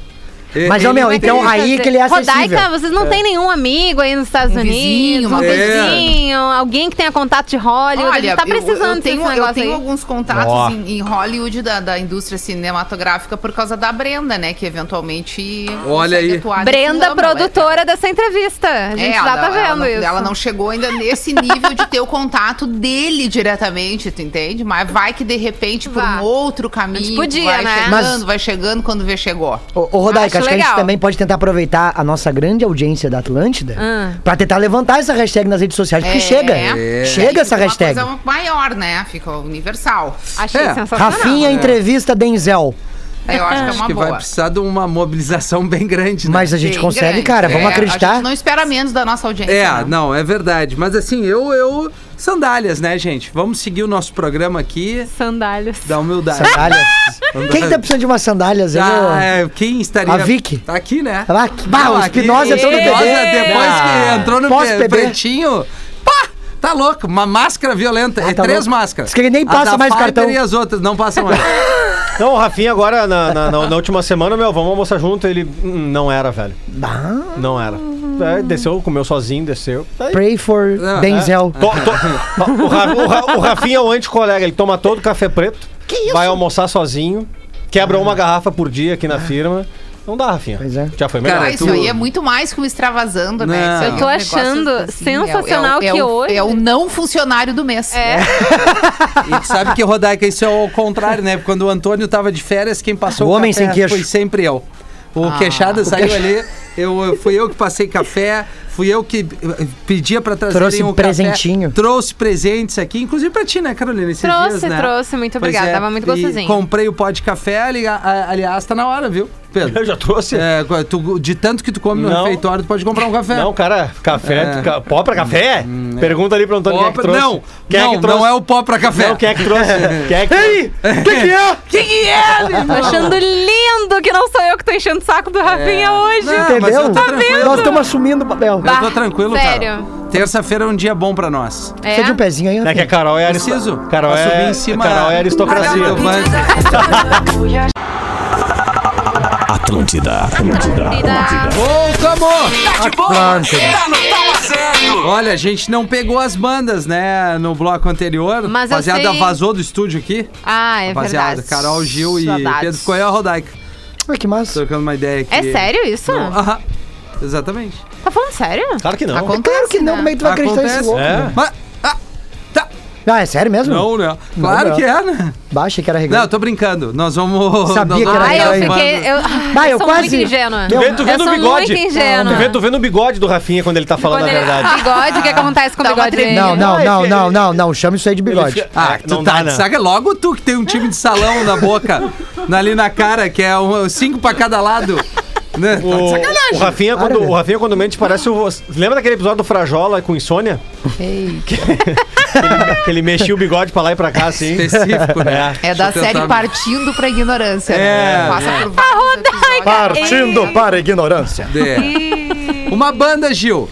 S5: Mas,
S4: é
S5: ô, meu,
S3: Vai
S5: então
S3: ter
S5: aí
S3: fazer.
S5: que ele é acessível.
S3: Rodaica, vocês não têm nenhum amigo aí nos Estados
S7: Um
S3: Unidos?
S7: vizinho,
S3: um
S7: uma
S4: coisa assim.
S3: vizinho, alguém que tenha contato de Hollywood. a gente tá
S7: eu-
S3: precisando
S7: eu,
S3: desse
S7: tenho, eu
S3: negócio
S7: tenho
S3: aí.
S7: alguns contatos
S6: Ó.
S7: em, em Hollywood da, da indústria cinematográfica por causa da Brenda, né? Que eventualmente.
S4: Olha
S7: consegue
S4: aí.
S7: atuar nesse
S3: Brenda,
S7: ramo, né?
S3: produtora dessa entrevista. A gente
S7: É,
S3: já tá vendo
S7: não,
S3: isso.
S7: ela não chegou ainda nesse nível de ter o contato dele diretamente, tu entende? Mas vai que de repente por
S3: Vá.
S7: um outro caminho.
S3: podia,
S7: vai
S3: né?
S7: chegando,
S5: Mas-
S7: vai chegando quando vê chegou.
S5: Ô, ô, Rodaica,
S3: Acho
S5: acho, que a
S3: legal.
S5: gente também pode tentar aproveitar a nossa grande audiência da Atlântida
S3: Ah.
S5: pra tentar levantar essa hashtag nas redes sociais, porque chega. Chega essa
S7: Fica
S5: hashtag.
S7: Uma É. coisa maior, né? Fica universal.
S3: Achei
S4: É,
S3: sensacional.
S7: né?
S5: Rafinha entrevista Denzel.
S7: Eu acho que é uma
S4: que vai
S7: boa.
S4: precisar de uma mobilização bem grande, né?
S5: Mas a gente
S7: Bem
S5: consegue,
S7: grande.
S5: cara. Vamos
S7: É, A
S5: acreditar.
S7: gente não espera menos da nossa audiência.
S4: É,
S5: tá
S7: né?
S4: não, é verdade. Mas assim, eu, eu. Sandálias, né, gente? Vamos seguir o nosso programa aqui
S3: Sandálias.
S4: da humildade.
S5: Sandálias.
S4: (laughs)
S5: Quem tá precisando de umas sandálias? Eu-
S4: Ah, é, quem estaria.
S5: A Vicky.
S4: Tá aqui, né?
S5: Ah, que- bah,
S4: Não,
S5: o
S4: aqui-
S5: Espinosa entrou no
S4: o Espinosa,
S5: bebê.
S4: Depois
S5: Ah.
S4: que entrou no
S5: Posso
S4: pre-
S5: beber?
S4: pretinho. Pá! Tá louco, uma máscara violenta. é
S5: tá
S4: três
S5: louco.
S4: máscaras.
S5: Diz que ele nem
S4: A
S5: passa
S4: da
S5: mais
S4: Fiber
S5: cartão.
S4: E as outras, não passa mais.
S5: (laughs)
S6: Não, o Rafinha agora, na, na, na- na última semana, meu, vamos almoçar junto. Ele "Hum, não era, velho.
S5: Ah,
S6: Não era. É, desceu, comeu sozinho, desceu. Aí,
S5: Pray for
S4: Não, é. Ah,
S5: Denzel.
S6: to- to- o, Ra- o Ra- o Rafinha é o anticolega, ele toma todo café preto, vai almoçar sozinho, quebra uma garrafa por dia aqui na firma. Não dá, Rafinha.
S5: Pois é.
S6: Já foi
S4: É. Cara,
S6: melhor.
S7: Ah, isso
S4: tu-
S7: aí é muito mais que um extravasando, né?
S4: Não.
S7: Isso aí
S3: tô
S4: Eu
S7: é um negócio
S3: achando
S7: é o-
S3: sensacional
S7: é o-
S3: que
S7: é o-
S3: hoje-
S7: É o não funcionário do mês.
S3: É.
S4: E tu sabe que, Rodaica, isso é o contrário, né? Quando o Antônio tava de férias, quem passou
S5: O homem
S4: café
S5: sem queixo.
S4: foi sempre eu. O
S6: Ah.
S4: queixada saiu ali, eu, eu- fui eu que passei café, fui eu que eh, pedia pra trazer
S5: Trouxe
S4: um
S5: presentinho.
S4: Café, trouxe presentes aqui, inclusive pra ti, né, Carolina? Esses
S3: Trouxe,
S4: dias, né?
S3: trouxe, muito
S4: Pois
S3: obrigada, tava muito
S4: e
S3: gostosinho.
S4: Comprei o pó de café, ali- a- aliás, tá na hora, viu? Pedro?
S6: Eu já trouxe.
S4: É, tu- de tanto que tu come no
S6: Não.
S4: refeitório, tu pode comprar um café.
S6: Não, cara, café.
S4: É. Hum,
S6: ca- Pó pra café? Pergunta ali pro Antônio
S4: Pó
S6: quem é que
S4: pra-
S6: trouxe.
S4: Não,
S6: quem
S4: não,
S6: é que trouxe?
S4: não é o pó pra café.
S6: Não, quem é
S4: (laughs)
S6: que trouxe? quem é que trouxe?
S3: Tô achando lindo que não sou eu que tô enchendo o saco do Rafinha hoje.
S4: É. Não, Ah, mas eu
S5: Entendeu?
S4: tô tranquilo.
S5: Nós estamos assumindo o papel.
S4: Eu
S3: Bah,
S4: tô tranquilo,
S3: sério.
S4: cara. Terça-feira é um dia bom pra nós.
S3: É.
S5: Você de um pezinho aí,
S6: É que a
S5: Rafinha?
S6: Carol é
S4: Preciso.
S6: aristocracia. Carol
S4: Pra subir
S6: é...
S4: em cima-
S6: Carol é aristocracia.
S4: Então vai-
S1: Atlântida, Atlântida, Atlântida.
S3: Tá
S5: Atlântida.
S4: Olha, a gente não pegou as bandas, né, no bloco anterior.
S3: Mas eu
S4: Rapaziada,
S3: sei-
S4: vazou do estúdio aqui.
S3: Ah, é
S4: Rapaziada,
S3: verdade.
S4: Carol Gil e
S3: Saudades.
S4: Pedro Coelho e Rodaica.
S5: Ai, que massa.
S4: Trocando uma ideia aqui.
S3: É sério isso?
S4: Não, aham. Exatamente.
S3: Tá falando sério?
S6: Claro que não.
S7: Acontece,
S5: Claro que não, como é que tu vai acreditar nesse louco?
S6: É.
S5: né?
S4: Mas- ah, tá.
S5: Ah, é sério mesmo?
S4: Não, né? Claro
S5: não.
S4: que é, né?
S5: Baixa que era
S4: Não, eu
S5: regra.
S4: tô brincando. Nós vamos.
S5: Sabia
S4: nós
S5: que era
S4: vamos
S3: Ah, eu
S4: pegar
S5: legal, hein?
S4: bandas.
S3: fiquei. Eu,
S5: Bah,
S3: eu
S5: eu
S3: sou
S5: quase-
S3: muito ingênua.
S5: Meu-
S6: Tu vê, tu vê
S3: eu
S6: no
S3: sou
S6: bigode.
S3: é muito ingênua.
S6: Tu vê, tu vê no bigode do Rafinha quando ele tá falando
S3: Quando
S6: a
S3: ele-
S6: verdade.
S3: Bigode, o que acontece com o
S7: Dá uma
S3: bigode dele?
S5: Não, não, não, não, não, não. Chama isso aí de
S6: Ele
S5: bigode.
S6: fica-
S4: Ah,
S6: É,
S4: tu tá,
S6: né?
S4: saca logo tu que tem um time de salão na
S5: (laughs)
S4: boca, na- ali na cara, que é um, cinco pra cada lado.
S5: (laughs)
S4: Né? Tá de
S6: O,
S4: sacanagem.
S6: o Rafinha,
S5: Para,
S6: quando, o
S5: velho.
S6: Rafinha, quando mente, parece o. Lembra daquele episódio do Frajola com insônia? (laughs) Que, que ele mexia o bigode pra lá e pra cá, assim.
S4: específico,
S5: (laughs)
S4: né?
S7: É da
S4: Deixa eu
S7: série
S4: tentar-
S7: Partindo pra Ignorância.
S4: É,
S7: né? Passa por vários episódios.
S3: Partindo
S5: para a ignorância.
S4: É. Uma banda, Gil.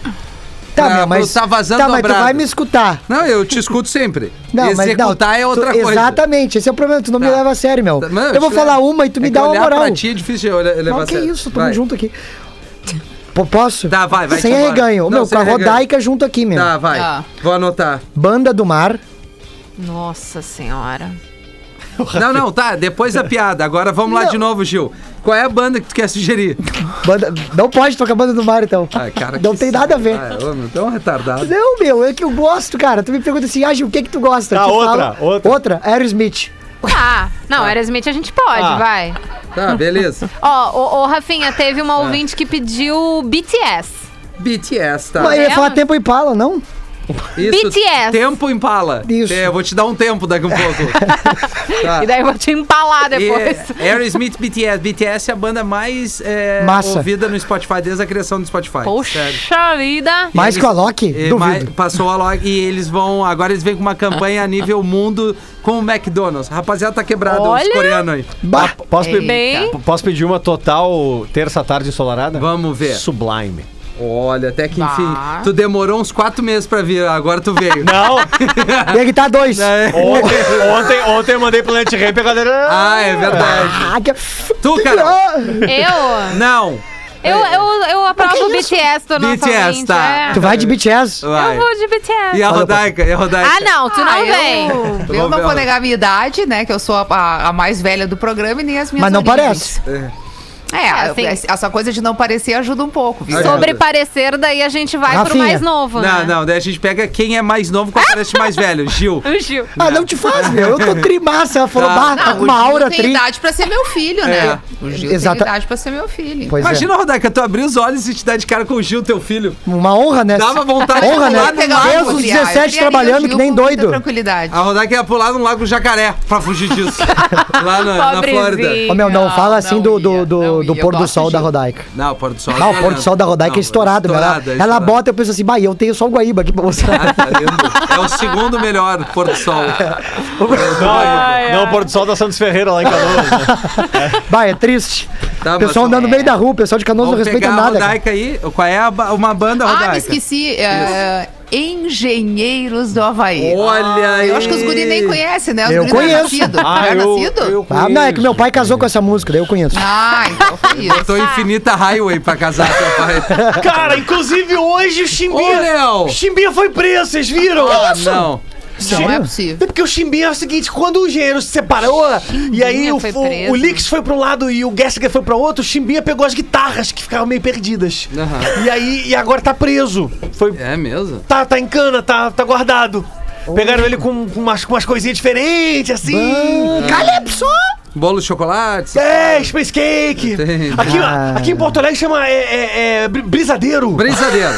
S5: Tá,
S4: Ah,
S5: meu, mas.
S4: tá vazando
S5: Tá, mas tu
S4: dobrado.
S5: vai me escutar.
S4: Não, eu te escuto sempre.
S5: Não, mas não,
S4: Executar é outra
S5: tu-
S4: coisa.
S5: Exatamente, esse é o problema. Tu não me
S4: Tá.
S5: leva a sério, meu.
S4: Tá, mano,
S5: eu vou
S4: te
S5: falar
S4: levo.
S5: uma e tu me
S4: É
S5: dá
S4: que
S5: uma
S4: olhar
S5: moral.
S4: pra ti é difícil eu le- levar
S5: Não,
S4: a
S5: que
S4: sério.
S5: isso, tamo
S4: Vai.
S5: junto aqui. Pô, posso?
S4: Tá, vai, vai,
S5: Sem
S4: te embora.
S5: arreganho. Ô,
S4: Não,
S5: meu,
S4: sem
S5: com a
S4: arreganho.
S5: Rodaica junto aqui, meu.
S4: Tá, vai.
S7: Tá.
S4: Vou anotar.
S5: Banda do Mar.
S3: Nossa senhora.
S4: Não, não, tá. Depois da piada. Agora vamos lá
S5: Não.
S4: de novo, Gil. Qual é a banda que tu quer sugerir?
S5: (laughs) Banda... Não pode tocar Banda do Mar, então.
S4: Ai, cara,
S5: não
S4: que
S5: tem
S4: saco.
S5: nada a ver.
S4: Ah, ô, meu, tão retardado.
S5: Não, meu, é que eu gosto, cara. Tu me pergunta assim, ah, Gil, o que que tu gosta?
S6: Tá,
S5: Eu te
S6: outra,
S5: falo.
S6: outra.
S5: Outra, Aerosmith.
S3: Ah, não, Aerosmith a gente pode,
S6: Ah.
S3: vai.
S4: Tá, beleza.
S3: Ó, o, Rafinha, teve uma ouvinte que pediu BTS.
S4: BTS, tá?
S5: Mas eu ia falar
S3: vendo?
S5: Tempo Impala, não?
S4: Isso,
S3: BTS.
S4: Tempo impala.
S5: Isso.
S4: É, eu vou te dar um tempo daqui um (laughs) pouco. tá.
S3: E daí eu vou te empalar depois.
S4: E, é, Aerosmith BTS. BTS é a banda mais é,
S5: Massa.
S4: ouvida no Spotify desde a criação do Spotify.
S3: (laughs) Poxa
S4: sério.
S3: vida.
S5: Mais
S4: eles-
S5: que o Alok?
S4: E,
S5: Duvido.
S4: mas passou a logo e eles vão. Agora eles vêm com uma campanha a nível mundo com o McDonald's. Rapaziada, tá quebrado os
S3: Olha.
S4: coreanos aí. (laughs)
S5: Bah,
S6: Posso, pe- Tá.
S3: Bem-
S6: posso pedir uma total terça-tarde ensolarada?
S4: Vamos ver.
S6: Sublime.
S4: Olha, até que enfim.
S7: Bah.
S4: Tu demorou uns quatro meses pra vir, agora tu (laughs) veio.
S6: Não!
S5: tem que tá dois.
S4: É.
S6: Ontem, ontem, ontem eu mandei Planet Ramp e a galera.
S4: Ah, é verdade.
S5: Ah, que...
S4: (laughs) Tu, Carol.
S5: Ah,
S4: (laughs)
S3: Eu,
S4: Não.
S3: eu, eu, eu aprovo o BTS do nosso
S4: BTS,
S3: ouvinte,
S4: tá.
S3: é.
S5: Tu vai de BTS.
S4: Vai.
S3: Eu vou de BTS.
S4: E a Rodaica? E a Rodaica?
S3: Ah, não, tu não
S7: Ah,
S3: vem.
S7: eu,
S4: Vamos
S7: eu não
S4: ver,
S7: vou
S4: ó.
S7: negar a minha idade, né? Que eu sou a, a- a mais velha do programa e nem as minhas
S5: Mas não
S7: origens. É,
S3: É,
S7: eu-
S3: assim-
S7: essa- essa coisa de não parecer ajuda um pouco, viu?
S4: Ajuda.
S3: Sobre parecer, daí a gente vai pro
S5: Rafinha.
S3: mais novo,
S4: Não,
S3: né?
S4: não, daí a gente pega quem é mais novo com a parece mais velho. Gil.
S3: O Gil.
S5: Ah, não te faz, meu. Eu tô trimassa. Ela falou,
S4: Tá.
S5: bah, tá com uma aura
S7: tem
S5: tri.
S7: idade pra ser meu filho, né? O Gil
S5: Exata-
S7: tem idade pra ser meu filho.
S5: (laughs) Pois
S4: Imagina, Rodaica, tu abrir os olhos e te dar de cara com o Gil, teu filho.
S5: é. Uma honra, né?
S4: Dava vontade de
S5: Honra,
S4: pular
S5: né?
S4: do
S7: Pegar
S4: lago.
S7: uma
S5: Desde os
S7: mulher, eu
S5: 17
S7: criaria
S5: trabalhando
S7: o Gil
S5: que nem
S7: com muita
S5: doido.
S7: Tranquilidade.
S4: A Rodaica ia pular num lago jacaré pra fugir
S7: (laughs)
S4: disso. lá Ah, na, na
S3: Pobrezinho.
S4: Flórida.
S5: Ô, meu, não,
S7: Não,
S5: fala assim
S7: não
S5: do, do,
S7: ia,
S5: do,
S7: não
S5: do
S7: ia.
S5: pôr do
S7: Gosto
S5: sol
S7: de-
S5: da Rodaica.
S4: Não, o pôr do sol.
S5: Ah, o pôr do sol da Rodaica é estourado, meu. Ela,
S4: velho.
S5: ela bota e eu penso assim, bah, eu tenho só o Guaíba aqui pra
S4: (laughs)
S5: mostrar.
S4: É o segundo melhor pôr do
S5: (laughs)
S4: sol.
S6: não, não, o pôr do sol da Santos Ferreira lá em Canoas. né?
S5: bah, é triste.
S4: Tá,
S5: O pessoal
S4: mas-
S5: andando no meio da rua, o pessoal de Canoas não
S4: Vamos
S5: respeita
S4: pegar a
S5: nada. cara.
S4: Rodaica aí. Qual é a ba- uma banda, Rodaica?
S7: Ah, me esqueci. é, Engenheiros do Havaí.
S4: Olha aí.
S7: Ah, Eu acho que os guri nem conhecem, né? Os
S5: Eu
S7: guri não é
S5: conheço.
S7: nascido.
S6: Ah,
S7: Não é nascido?
S5: Ah, não, é que meu pai casou com essa música, daí eu conheço.
S7: Ah, então foi isso.
S4: Tô infinita highway pra casar com teu
S7: (laughs)
S4: pai.
S6: Cara, inclusive hoje o
S4: Ô,
S6: Chimbinha.
S4: Léo!
S6: O Chimbinha foi preso, vocês viram?
S4: Ah, não.
S7: Não é
S5: Sério?
S7: possível.
S6: É porque o Chimbinha é o seguinte, quando o engenheiro se separou, e aí o,
S3: foi
S6: o,
S3: preso.
S6: o Lix foi pra um lado e o Gessinger foi pra outro, o Chimbinha pegou as guitarras que ficavam meio perdidas.
S4: Aham.
S6: E aí, e agora tá preso. Foi,
S4: É mesmo?
S6: tá, tá em cana, tá, tá guardado. Pegaram ele com, com umas, com umas coisinhas diferentes, assim. Calypso!
S4: Bolo de chocolate?
S6: É, Space Cake!
S4: Entendi.
S6: Aqui, ó,
S5: Ah.
S6: aqui em Porto Alegre chama é, é, é, bri-
S5: (laughs)
S6: brisadeiro.
S4: Brisadeiro.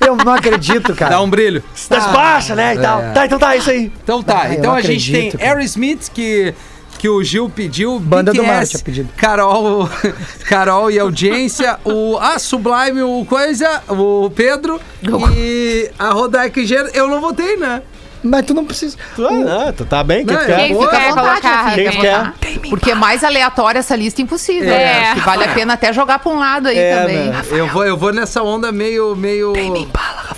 S5: Eu não acredito, cara.
S4: Dá um brilho.
S6: das baixas, né, e tal.
S4: É.
S6: Tá, então tá, é isso aí.
S4: Então tá,
S5: Ah, eu
S4: então a gente
S5: acredito,
S4: tem
S5: cara.
S4: Aerosmith, que, que que o Gil pediu.
S5: Banda do Mar
S4: BTS,
S5: tinha pedido.
S4: Carol, (laughs) Carol e audiência. O A Sublime, o Coisa, o Pedro e a Rodaica Engenheiro. Eu não votei, né?
S5: Mas tu não precisa.
S6: Tu, ah, tu tá bem?
S4: Não,
S6: que tu
S4: eu-
S6: quer?
S3: Quem
S4: Boa.
S3: tu quer
S7: Fica à vontade,
S3: colocar? tá?
S7: Rafinha,
S6: Quem
S7: fica à
S6: quer?
S7: vontade. Porque é mais aleatória essa lista impossível.
S3: É.
S7: né? Acho que vale a pena até jogar pra um lado aí também.
S4: né? Eu vou, eu vou nessa onda meio. meio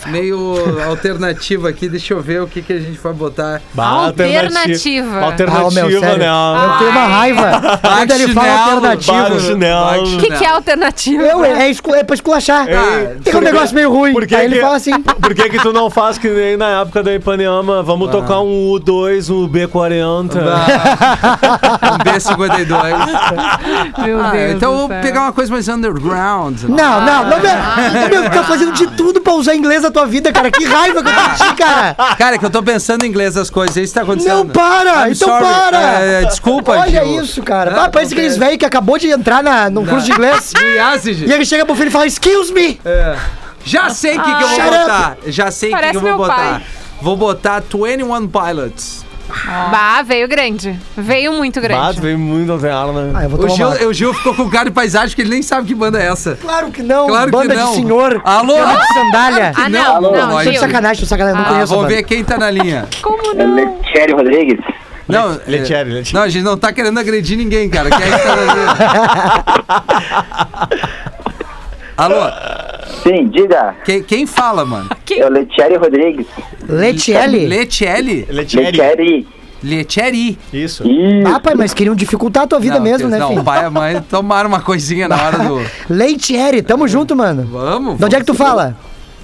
S4: meio
S3: (laughs)
S4: alternativa aqui. Deixa eu ver o que, que a gente vai botar.
S6: Bah,
S3: Alternativa.
S6: Alternativa,
S5: Ah, meu, sério.
S6: né?
S5: Eu tenho uma raiva quando ele
S4: Ah,
S5: fala
S4: Chinelo,
S6: Vários
S5: alternativo.
S6: chinelos.
S3: O que, que é a alternativa?
S5: Eu, é, é, escu- é pra esculachar.
S6: É,
S5: Tem um
S6: porque-
S5: negócio meio ruim.
S6: Por que
S5: Aí ele
S6: que-
S5: fala assim.
S6: Por que que tu não faz que nem na época da Ipanema? Vamos tocar um U2, um B40.
S4: Ah, Um
S3: (laughs)
S4: B52.
S3: Meu
S4: Ah,
S3: Deus
S4: então
S3: do
S4: eu vou
S3: céu.
S4: pegar uma coisa mais underground.
S5: (laughs) Não, não, não,
S4: Ah,
S5: meu, ô, meu, tu tá fazendo de tudo pra usar inglês na tua vida, cara. Que raiva que eu tô de
S4: (laughs)
S5: ti, cara.
S4: Cara, é que eu tô pensando em inglês as coisas, é isso que tá acontecendo.
S5: Não, para!
S4: I'm
S5: então
S4: sorry.
S5: para!
S4: É, é, desculpa,
S5: Olha
S4: Gil.
S5: isso, cara.
S4: Não,
S5: Ah, parece aqueles
S4: acontece.
S5: velho que acabou de entrar na, num curso
S4: (laughs)
S5: de inglês.
S4: Aliás, Gil,
S5: e ele chega pro filho e fala, excuse me!
S4: já sei o que, que eu vou
S5: Shut up.
S4: botar. Já sei o que, que
S3: Parece
S4: eu vou
S3: meu
S4: botar.
S3: pai.
S4: Vou botar 21 Pilots. um-
S3: Bah, veio grande. Veio muito
S6: Bah,
S3: grande.
S6: tu veio muito né? alterna.
S5: Ah, eu vou
S4: O
S5: tomar
S4: Gil,
S5: uma-
S4: o Gil ficou com cara de paisagem que ele nem sabe que banda é essa.
S5: Claro que não,
S4: Claro que
S5: banda
S4: não.
S5: de senhor.
S4: Alô?
S5: Cara de sandália.
S3: Ah, não,
S4: Alô,
S3: não,
S4: nós-
S5: Tô de
S3: Gil.
S5: sacanagem, tô de sacanagem, não
S4: Ah,
S5: conheço. a
S4: vamos
S5: banda.
S4: ver quem tá na linha.
S5: (laughs)
S3: Como não?
S8: Thierry Rodrigues?
S4: Não,
S6: Le- Letieri,
S4: é-
S6: Letieri.
S4: Não, a gente não tá querendo agredir ninguém, cara. Quem é que tá
S5: (laughs)
S4: na linha? Alô,
S8: Sim, diga.
S4: quem, quem fala, mano?
S8: É o Letieri Rodrigues.
S5: Letiele?
S4: Letieri?
S6: Letieri.
S8: Letieri.
S4: Letieri?
S6: Isso.
S8: Isso.
S5: Ah, pai, mas queriam dificultar a tua vida
S4: não,
S5: mesmo,
S4: Deus,
S5: né,
S4: Não,
S5: filho?
S4: o pai e a mãe tomaram uma coisinha na hora do...
S5: (laughs) Leitieri, tamo junto, mano.
S4: Vamos?
S5: De onde é que tu fala?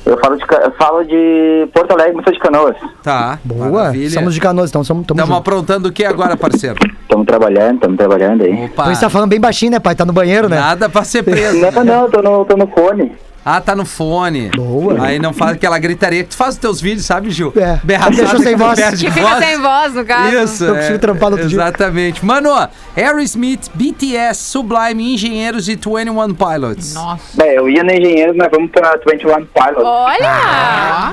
S8: Eu falo de, Ca- falo de Porto Alegre, mas sou de Canoas.
S4: Tá,
S5: Boa, somos de Canoas, então somos, tamo
S4: Estamos
S5: junto.
S4: aprontando o que agora, parceiro?
S8: Estamos trabalhando, estamos trabalhando aí.
S4: Opa,
S5: Então você tá falando bem baixinho, né, pai? Tá no banheiro, né?
S4: nada pra ser preso.
S5: (laughs)
S8: Não, não, tô no, tô no fone.
S4: Ah, tá no fone.
S5: Boa.
S4: Aí não faz aquela gritaria que tu faz os teus vídeos, sabe, Gil?
S5: É,
S4: Berraçada
S5: deixou sem
S4: que tu
S5: voz.
S4: perde
S3: Que fica sem voz, no caso.
S4: Isso. é.
S5: Eu consigo trampar no outro dia.
S4: Exatamente. Mano, Aerosmith, BTS, Sublime, Engenheiros e 21 Pilots.
S7: Nossa.
S8: Bem, eu ia no engenheiro, mas vamos pra 21
S3: Oh.
S8: Pilot.
S5: Ah.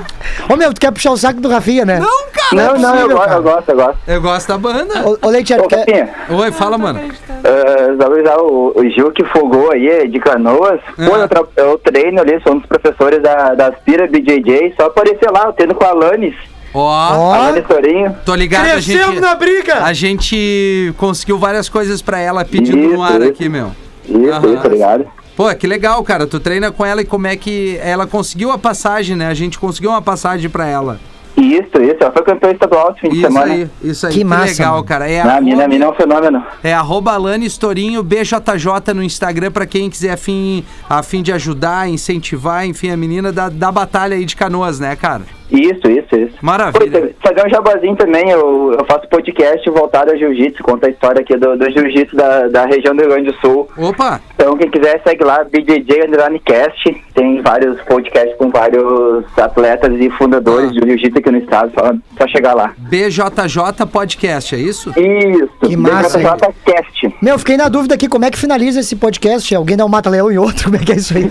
S3: Olha!
S5: Ô, meu, tu quer puxar o saco do Rafinha, né?
S4: Não, cara!
S8: Não, não, eu
S5: possível,
S8: gosto,
S5: cara.
S8: eu gosto, eu gosto.
S4: Eu gosto da banda.
S5: Ô, ô Leitieri,
S8: Ô,
S5: quer...
S8: Capinha,
S4: Oi, fala, mano.
S8: eh, valorizar o, o Gil que fogou aí é de Canoas. Pô, eu, tra- eu treino ali, sou um dos professores da, da Aspira BJJ. Só aparecer lá, eu treino com a Alanis.
S4: Ó,
S5: Ó,
S8: Alanis Torinho.
S4: tô ligado, a gente... Ah,
S5: briga!
S4: A gente conseguiu várias coisas pra ela pedindo no
S8: Isso,
S4: ar
S8: isso.
S4: aqui, meu.
S8: Isso,
S4: Aham.
S8: isso, obrigado.
S4: Pô, que legal, cara. Tu treina com ela e como é que ela conseguiu a passagem, né? A gente conseguiu uma passagem pra ela.
S8: Isso, isso. Ela foi campeã estadual esse fim de
S4: Isso
S8: semana.
S4: aí, isso aí.
S5: Que massa,
S4: legal,
S5: mano.
S4: cara. É
S8: Ah,
S4: a
S8: a mina, a mina é um fenômeno.
S4: É arroba Alane Estorinho, BJJ no Instagram, pra quem quiser a fim, a fim de ajudar, incentivar, enfim, a menina da, da batalha aí de canoas, né, cara?
S8: Isso, isso, isso.
S4: Maravilha.
S8: Pô, e fazer um jabazinho também, eu, eu faço podcast voltado ao jiu-jitsu, conta a história aqui do, do jiu-jitsu da, da região do Rio Grande do Sul.
S4: Opa!
S8: Então, quem quiser, segue lá, BJJ Underline Cast. Tem vários podcasts com vários atletas e fundadores
S4: Ah.
S8: de jiu-jitsu aqui no estado, só, só chegar lá.
S4: BJJ Podcast, é
S8: (laughs)
S4: isso?
S8: Isso,
S5: Que massa, hein?
S8: BJJ
S4: (laughs)
S8: Cast.
S5: Meu, fiquei na dúvida aqui, como é que finaliza esse podcast? Alguém dá um mata-leão em outro? Como é que
S4: (laughs)
S5: é isso aí?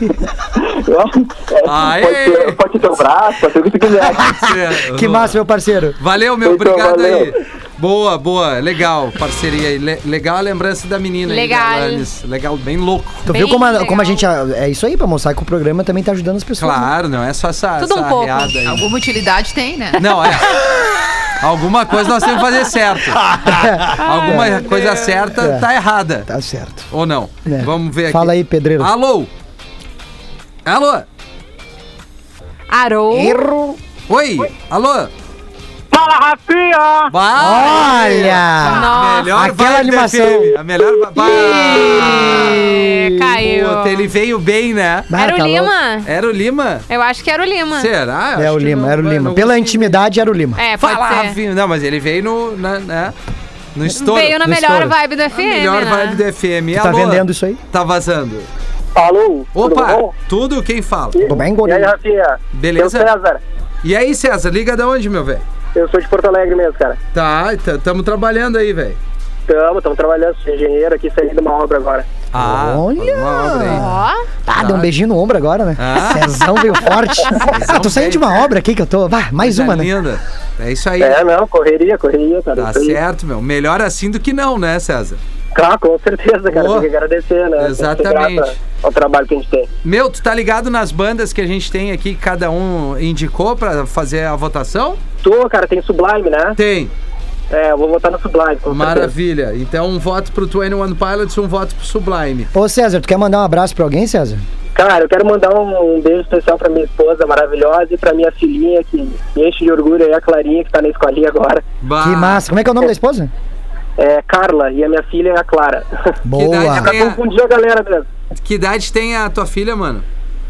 S4: Aê!
S8: pode, É, ser, pode ser teu braço, pode ser o que tu
S4: (laughs)
S8: quiser.
S5: que massa, meu parceiro.
S4: Valeu, meu,
S8: Então,
S4: obrigado
S8: valeu.
S4: aí. Boa, boa, legal, parceria aí. Le- legal a lembrança da menina aí,
S3: Legal.
S4: da Alanis. Legal, bem louco.
S5: Tu
S3: Bem
S5: viu como a,
S3: legal.
S5: como a gente. É isso aí, pra mostrar que o programa também tá ajudando as pessoas. né?
S4: Claro, não é só essa,
S3: Tudo um
S4: essa
S3: pouco.
S4: arreada aí.
S7: Alguma utilidade tem, né? (laughs)
S4: Não, é. (laughs) Alguma coisa nós temos que fazer certo.
S5: (laughs)
S4: Alguma
S5: É.
S4: coisa certa tá errada.
S5: Tá certo.
S4: Ou não?
S5: É.
S4: Vamos ver aqui.
S5: Fala aí, pedreiro.
S4: Alô? Alô?
S3: Arou.
S5: Erro.
S4: Oi? Alô? Fala, Rafinha!
S5: Olha!
S3: Nossa.
S4: Melhor
S5: Aquela
S4: vibe do
S5: animação.
S4: FM, A melhor vibe.
S3: É, caiu.
S4: Puta, ele veio bem, né?
S5: Ah,
S3: Era o
S5: tá louco.
S3: Lima?
S4: Era o Lima?
S3: Eu acho que era o Lima.
S4: Será? Eu
S5: É
S4: acho
S5: o
S4: que
S5: Lima,
S4: não-
S5: era o
S4: não
S5: Lima.
S4: consegui.
S5: Pela intimidade, era o Lima.
S3: É, pode
S4: Fala,
S3: ser.
S4: Rafinha. Não, mas ele veio no. Na, né? No estouro.
S3: Veio na
S5: no
S3: melhor
S5: estouro.
S3: vibe do FM,
S4: A melhor
S3: né?
S4: vibe do FM.
S5: Tá
S4: Alô?
S5: vendendo isso aí?
S4: Tá vazando.
S8: Alô,
S4: Opa, tudo quem fala.
S5: Tô bem,
S8: E aí,
S5: gordinho.
S8: Rafinha?
S4: Beleza?
S8: Eu, César.
S4: E aí, César, liga da onde, meu velho?
S8: Eu sou de Porto Alegre mesmo, cara.
S4: Tá, tá- tamo trabalhando aí, velho.
S8: Tamo, tamo trabalhando, sou engenheiro aqui, saindo de uma obra agora.
S4: Ah,
S5: Olha!
S4: uma obra aí.
S3: Ó,
S5: Ah, deu um beijinho no ombro agora, né?
S4: Ah. (laughs)
S5: Cezão veio forte. Ah, tô saindo de uma obra aqui que eu tô. Bah, mais
S4: Coisa
S5: uma, né?
S4: linda. É isso aí.
S8: É, não, correria, correria, cara.
S4: Tá
S8: Isso aí.
S4: certo, meu. Melhor assim do que não, né, César?
S8: Claro, com certeza, cara.
S4: Boa.
S8: Tem que agradecer, né? Tem que ser
S4: Exatamente.
S8: grato Ao trabalho que a gente tem.
S4: Meu, tu tá ligado nas bandas que a gente tem aqui, que cada um indicou pra fazer a votação?
S8: Tô, cara, tem Sublime, né?
S4: Tem.
S8: É, eu vou votar no Sublime. com certeza.
S4: Maravilha. Então, um voto pro 21 Pilots, um voto pro Sublime.
S5: Ô, César, tu quer mandar um abraço pra alguém, César?
S8: Cara, eu quero mandar um, um beijo especial pra minha esposa maravilhosa e pra minha filhinha que me enche de orgulho aí, a Clarinha, que tá na escolinha agora.
S4: Bah,
S5: Que massa. Como é que é o nome da esposa?
S8: É Carla e a minha filha é a Clara.
S4: Que idade,
S8: (laughs)
S5: Boa.
S4: tem a,
S8: Confundiu a galera mesmo.
S4: que idade tem a tua filha, mano?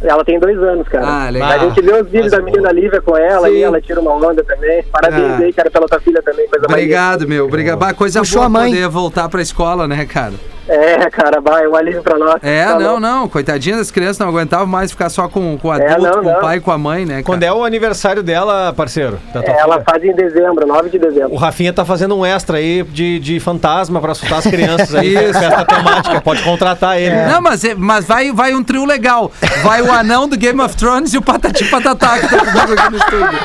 S8: Ela tem dois anos, cara.
S4: Ah, legal.
S8: A gente vê os vídeos
S6: Mas
S8: da menina Lívia com ela
S4: Sim.
S8: e ela tira uma onda também. Parabéns
S4: Ah.
S8: aí, cara, pela tua filha também, coisa mais linda.
S4: Obrigado, meu. Obrigado. Bah, coisa
S5: Puxou
S4: boa
S5: a mãe.
S4: poder voltar pra escola, né, cara?
S8: É, cara, vai, um alívio pra nós.
S4: É,
S8: Tá
S4: não,
S8: louco.
S4: não. Coitadinha das crianças, não aguentava mais ficar só com, com o
S8: É,
S4: adulto,
S8: não,
S4: com o
S8: não.
S4: pai, com a mãe, né, cara?
S6: Quando é o aniversário dela, parceiro? da tua
S8: É, Ela
S6: filha?
S8: faz em dezembro, 9 de
S6: O
S8: dezembro.
S6: Rafinha tá fazendo um extra aí de, de fantasma pra assustar as crianças aí.
S4: (laughs) Isso.
S6: Festa temática, pode contratar ele.
S4: Não, mas, é- mas vai, vai um trio legal. Vai o anão do Game of Thrones e o Patati Patatá que tá comigo aqui no estúdio.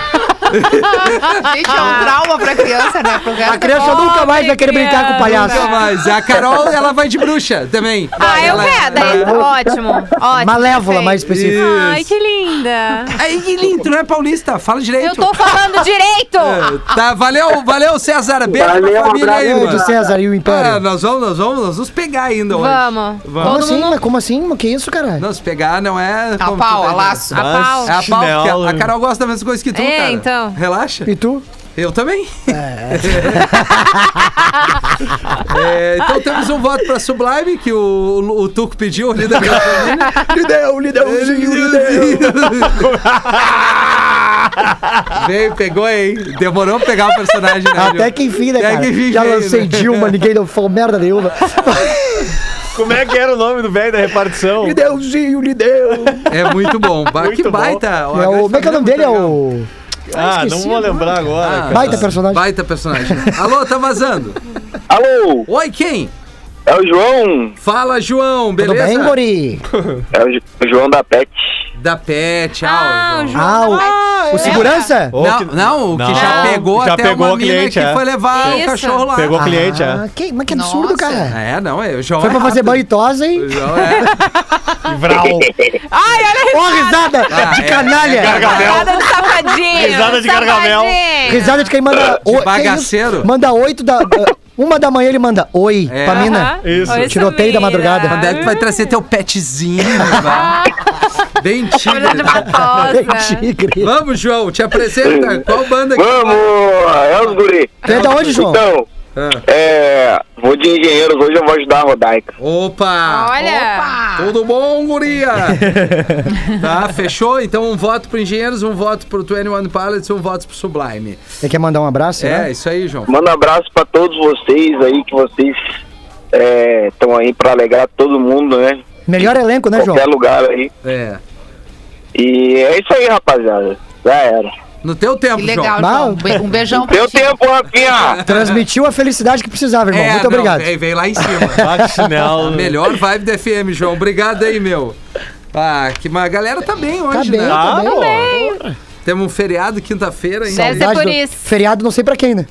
S7: Gente, é um trauma pra criança, né? Pro resto
S5: A criança nunca mais vai querer brincar com o palhaço.
S4: Nunca mais. A Carol, ela vai de bruxa também.
S3: Ah, eu
S4: ela,
S3: quero. Daí, ótimo. ótimo.
S5: Malévola,
S3: perfeito.
S5: mais específico.
S3: Ai, que linda.
S4: Aí, Guilherme, tu não é paulista, fala direito.
S3: Eu tô falando direito.
S4: então. É, Tá, valeu, valeu, César. Beijo
S8: Valeu,
S4: pra
S8: um
S4: família aí,
S8: abraço.
S4: mano.
S5: Grande César e o
S4: Ah,
S5: Império.
S4: nós vamos, nós vamos, nós vamos pegar ainda hoje.
S3: Vamos.
S5: Como
S3: Todo
S5: assim?
S3: mundo-
S5: Mas como assim? Mas Que isso, caralho?
S4: Não, se pegar não é...
S7: A
S4: como
S7: pau,
S4: tu tá
S7: a
S4: dizendo.
S7: laço.
S3: A pau.
S4: É a pau, porque
S6: Chinelo.
S4: a, a Carol gosta da mesma coisa que tu,
S3: É,
S4: cara.
S3: então.
S4: Relaxa. (laughs)
S5: E tu?
S4: Eu também. (laughs) É, então temos um voto pra Sublime, que o, o Tuco pediu ali da
S3: (laughs)
S4: Carolina.
S5: Lidão, lidãozinho,
S4: Veio, pegou, hein? Demorou pra pegar o personagem, né?
S5: Até
S4: Gil?
S5: que enfim, né,
S4: Até
S5: cara?
S4: que enfim
S5: Já
S4: veio,
S5: lancei
S4: né?
S5: Dilma, ninguém não falou
S4: (laughs)
S5: merda nenhuma.
S6: Como é que era o nome do velho da
S4: (laughs)
S6: repartição?
S5: Lidãozinho, lidão.
S4: É muito bom. Ba-
S6: Muito
S4: que
S6: bom.
S4: baita.
S5: É o, como é que é o nome dele? É o...
S6: Ah, não
S5: esqueci
S6: vou
S5: o nome,
S6: lembrar agora.
S4: Ah.
S6: cara.
S5: Baita personagem.
S4: Baita personagem. Alô, tá vazando.
S8: Alô,
S4: Oi, quem?
S8: é o João.
S4: Fala, João,
S5: Tudo
S4: beleza?
S5: bem, guri?
S8: É o, João da Pet.
S4: Da Pet,
S3: Ah,
S4: ah, é.
S3: o
S4: João.
S3: João.
S5: Ah, o-
S3: vai-
S5: O segurança?
S6: Ô,
S4: Não,
S6: que-
S4: não, o que
S6: Não,
S4: já pegou
S6: já
S4: até
S6: pegou
S4: uma
S6: o
S4: mina
S6: cliente,
S4: que
S6: é.
S4: foi levar o
S3: Isso.
S4: cachorro lá.
S6: Pegou o cliente,
S5: Ah,
S6: é.
S5: que, mas que absurdo,
S7: Nossa.
S5: cara.
S4: É, não, é. O João
S5: Foi
S4: é
S5: pra fazer
S4: rápido.
S5: banho e tosa, hein?
S4: O João é.
S6: Vral.
S3: Ai, olha
S5: Ó, risada
S4: Ah,
S5: de
S4: é,
S5: canalha.
S3: a risada do safadinho.
S6: Risada de gargamel.
S3: safadinho.
S5: Risada de quem manda. o- que
S4: bagaceiro.
S5: isso? Manda oito da. ah, Uma da manhã ele manda oi
S4: É.
S5: pra mina.
S3: Aham.
S6: Isso.
S3: Oi,
S5: Tiroteio
S3: Samira.
S5: da madrugada.
S4: Quando é que tu vai trazer teu petzinho? vá? Bem
S3: Olhada de
S4: tigre.
S5: (laughs)
S3: batosa.
S5: Tigre.
S4: Vamos, João, te apresenta. Qual banda que
S8: Vamos, é os guri.
S5: Tu é da onde, João?
S8: Então,
S4: Ah.
S8: é, vou de engenheiros, hoje eu vou ajudar a Rodaica.
S4: Opa!
S3: Olha.
S4: Tudo bom, guria? tá, fechou? Então um voto pro Engenheiros, um voto pro 21 Pilots, um voto pro Sublime.
S5: Você quer mandar um abraço?
S4: É,
S5: né?
S4: isso aí, João.
S8: Manda um abraço pra todos vocês aí, que vocês estão aí pra alegrar todo mundo, né?
S5: Melhor elenco, né, João?
S8: Qualquer lugar aí.
S4: É.
S8: E é isso aí, rapaziada. Já era.
S4: No teu tempo,
S7: Que legal,
S4: João.
S5: Mal.
S7: João. Um be- Um beijão pra
S8: Deu
S7: ti.
S8: tempo, Rafinha!
S5: Transmitiu a felicidade que precisava, irmão.
S4: É,
S5: Muito
S4: não,
S5: obrigado.
S4: Veio, veio lá em
S6: (laughs)
S4: cima. (laughs)
S6: Bate chinelo.
S4: Melhor vibe do FM, João. Obrigado aí, meu. Ah, que mas a galera tá bem hoje,
S5: Tá bem,
S4: né?
S5: tá
S6: Ah,
S5: bem.
S6: pô.
S4: Temos um feriado quinta-feira
S7: é
S4: ainda.
S3: Deve ser
S5: Saudade
S3: por
S5: do-
S3: isso.
S5: Feriado não sei pra quem, né?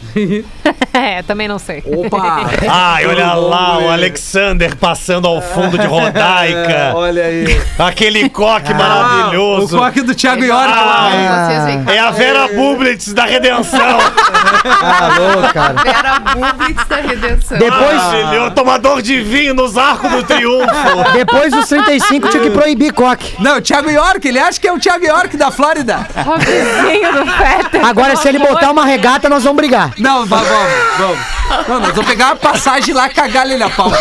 S3: É, também não sei.
S4: Opa!
S6: (laughs) Ai, olha
S4: Tudo bom,
S6: lá o
S4: guria?
S6: Alexander passando ao fundo
S4: (laughs)
S6: de
S4: É,
S6: Rodaica.
S4: olha aí.
S6: Aquele coque maravilhoso.
S4: Ah, O coque do Thiago York lá.
S7: Ai, vocês vêm cá.
S6: É a Vera Bublitz da
S4: (laughs)
S6: Redenção.
S5: Tá louco, cara.
S7: Vera Bublitz da Redenção.
S5: Depois,
S4: Ah.
S6: Maravilhoso. Tomador de vinho nos arcos do triunfo.
S5: depois dos 35 tinha que proibir coque.
S4: Não, o Thiago York, ele acha que é o Thiago York da Flórida.
S3: Robinho do Fetter.
S5: Agora, se ele botar uma regata, nós vamos brigar.
S4: Não, va- vamos, vamos. Não, nós vamos pegar uma passagem lá e cagar ele na pau.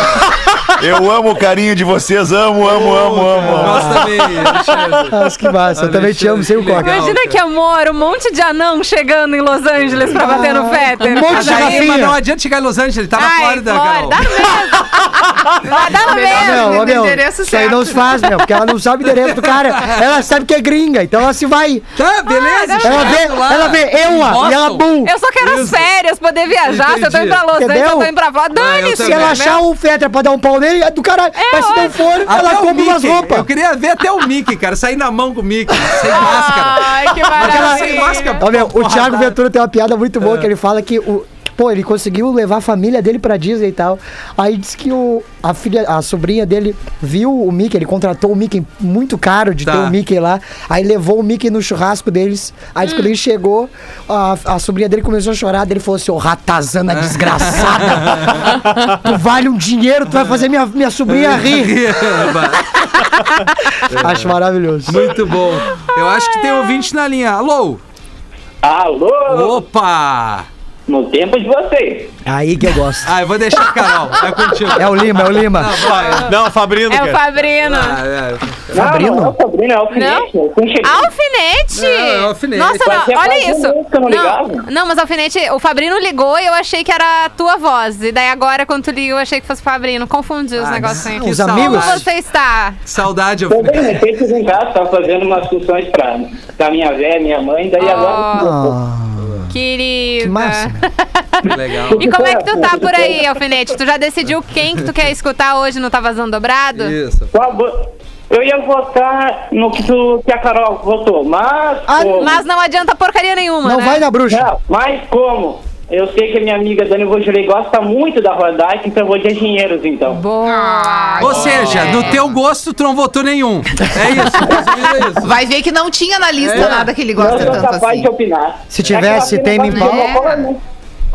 S9: Eu amo o carinho de vocês, amo, amo, amo, amo.
S4: Nós também, Alexandre.
S5: Nossa, que massa. Eu também te amo sem o
S4: Alexandre,
S5: coque.
S4: legal.
S3: Imagina que amor, um monte de anão chegando em Los Angeles pra bater no Fetter.
S5: um monte
S4: Mas,
S5: de
S4: aí,
S5: Rafinha.
S4: mas não adianta chegar em Los Angeles, ele tá na
S3: Ai,
S4: Flórida,
S3: Flórida,
S4: Carol.
S3: dá no mesmo. Vai dar no
S7: Melhor
S3: mesmo.
S7: não.
S5: Não, ô, meu,
S7: endereço
S5: isso aí não
S7: certo.
S5: se faz, meu, porque ela não sabe o endereço do cara. Ela sabe que é gringa, então ela se vai.
S4: Tá, beleza.
S3: Ah, dá
S5: Ela
S4: chegando
S5: vê,
S4: lá.
S5: ela vê eu,
S4: Em
S5: ó, e ela
S4: Boston.
S5: bum.
S3: Eu só quero as férias, poder viajar, viajar, se eu tô indo pra Los Angeles, se eu tô indo pra lá, dane-se!
S5: Se ela achar o Fetter pra dar um pau nele, é do caralho.
S3: É,
S5: Mas se
S3: olha.
S5: não for, ela
S4: né? Até o
S5: compra umas
S4: Mickey.
S5: roupas. Ah,
S4: Eu queria ver até o Mickey, cara, sair na mão com o Mickey, sem máscara.
S3: Ai, que
S4: Aquela sem
S3: maravilha!
S4: máscara.
S5: Ó, meu, o
S4: porra,
S5: Thiago
S4: tá.
S5: Ventura tem uma piada muito boa que ele fala que o. Pô, ele conseguiu levar a família dele pra Disney e tal. Aí diz que o, a filha, a sobrinha dele viu o Mickey, ele contratou o Mickey muito caro de
S4: Tá.
S5: ter o Mickey lá. Aí levou o Mickey no churrasco deles. Aí diz que quando ele chegou, a, a sobrinha dele começou a chorar. Daí ele falou assim: Ô ratazana desgraçada, tu vale um dinheiro, tu vai fazer minha, minha
S4: É.
S5: sobrinha rir. Acho maravilhoso.
S4: (laughs) Muito bom. Eu acho que tem ouvinte na linha. Alô?
S10: Alô?
S4: Opa!
S10: No tempo de vocês.
S5: Aí que eu gosto.
S4: Ah, eu vou deixar a Carol. Vai contigo. Ah,
S5: É o Lima, é o Lima.
S4: Vai.
S6: Não, Fabrino.
S3: É o
S6: cara.
S3: Fabrino.
S4: Ah, é.
S5: Fabrino?
S10: Não, não é o Fabrino, é o Alfinete.
S3: Não?
S10: Eu fui chegar.
S3: Alfinete!
S4: É, é alfinete.
S3: Nossa,
S10: Fazia
S3: não, olha
S10: quase um
S3: isso.
S10: mês que eu não ligava.
S3: não, mas alfinete, o Fabrino ligou e eu achei que era a tua voz. E daí agora, quando tu ligou, eu achei que fosse o Fabrino. Confundi os
S4: Ah,
S3: negocinhos.
S4: que
S5: Os
S4: saudade.
S3: Como
S5: amigos?
S3: você está?
S4: Saudade,
S10: Tô bem,
S4: Alfinete.
S10: não sei se em casa, tava um tá fazendo umas funções pra, pra minha velha, minha mãe, daí agora.
S5: Ah,
S3: Oh, Querida.
S5: que massa.
S4: Que legal.
S3: E como é que tu tá por aí, alfinete? Tu já decidiu quem que tu quer escutar hoje no Tá Vazando Dobrado?
S4: Isso.
S10: Qual a bo- Eu ia votar no que, tu, que a Carol votou, mas.
S5: Ah,
S10: como?
S3: Mas não adianta porcaria nenhuma,
S5: Não
S3: né?
S5: vai na bruxa.
S10: Não, mas como? Eu sei que a minha amiga Dani Vojulei gosta muito da Rodaica, então eu vou de engenheiros, então.
S5: Ah,
S3: Boa.
S4: Ou seja, no teu gosto, tu não votou nenhum. É isso. É isso.
S7: Vai ver que não tinha na lista
S4: É.
S7: nada que ele
S10: Não
S7: gosta
S10: sou
S7: tanto
S10: capaz
S7: assim.
S10: de opinar.
S5: Se tivesse,
S10: É que
S5: tem
S10: ela
S5: me
S10: não
S5: empala.
S10: gosta de Coca-Cola, né?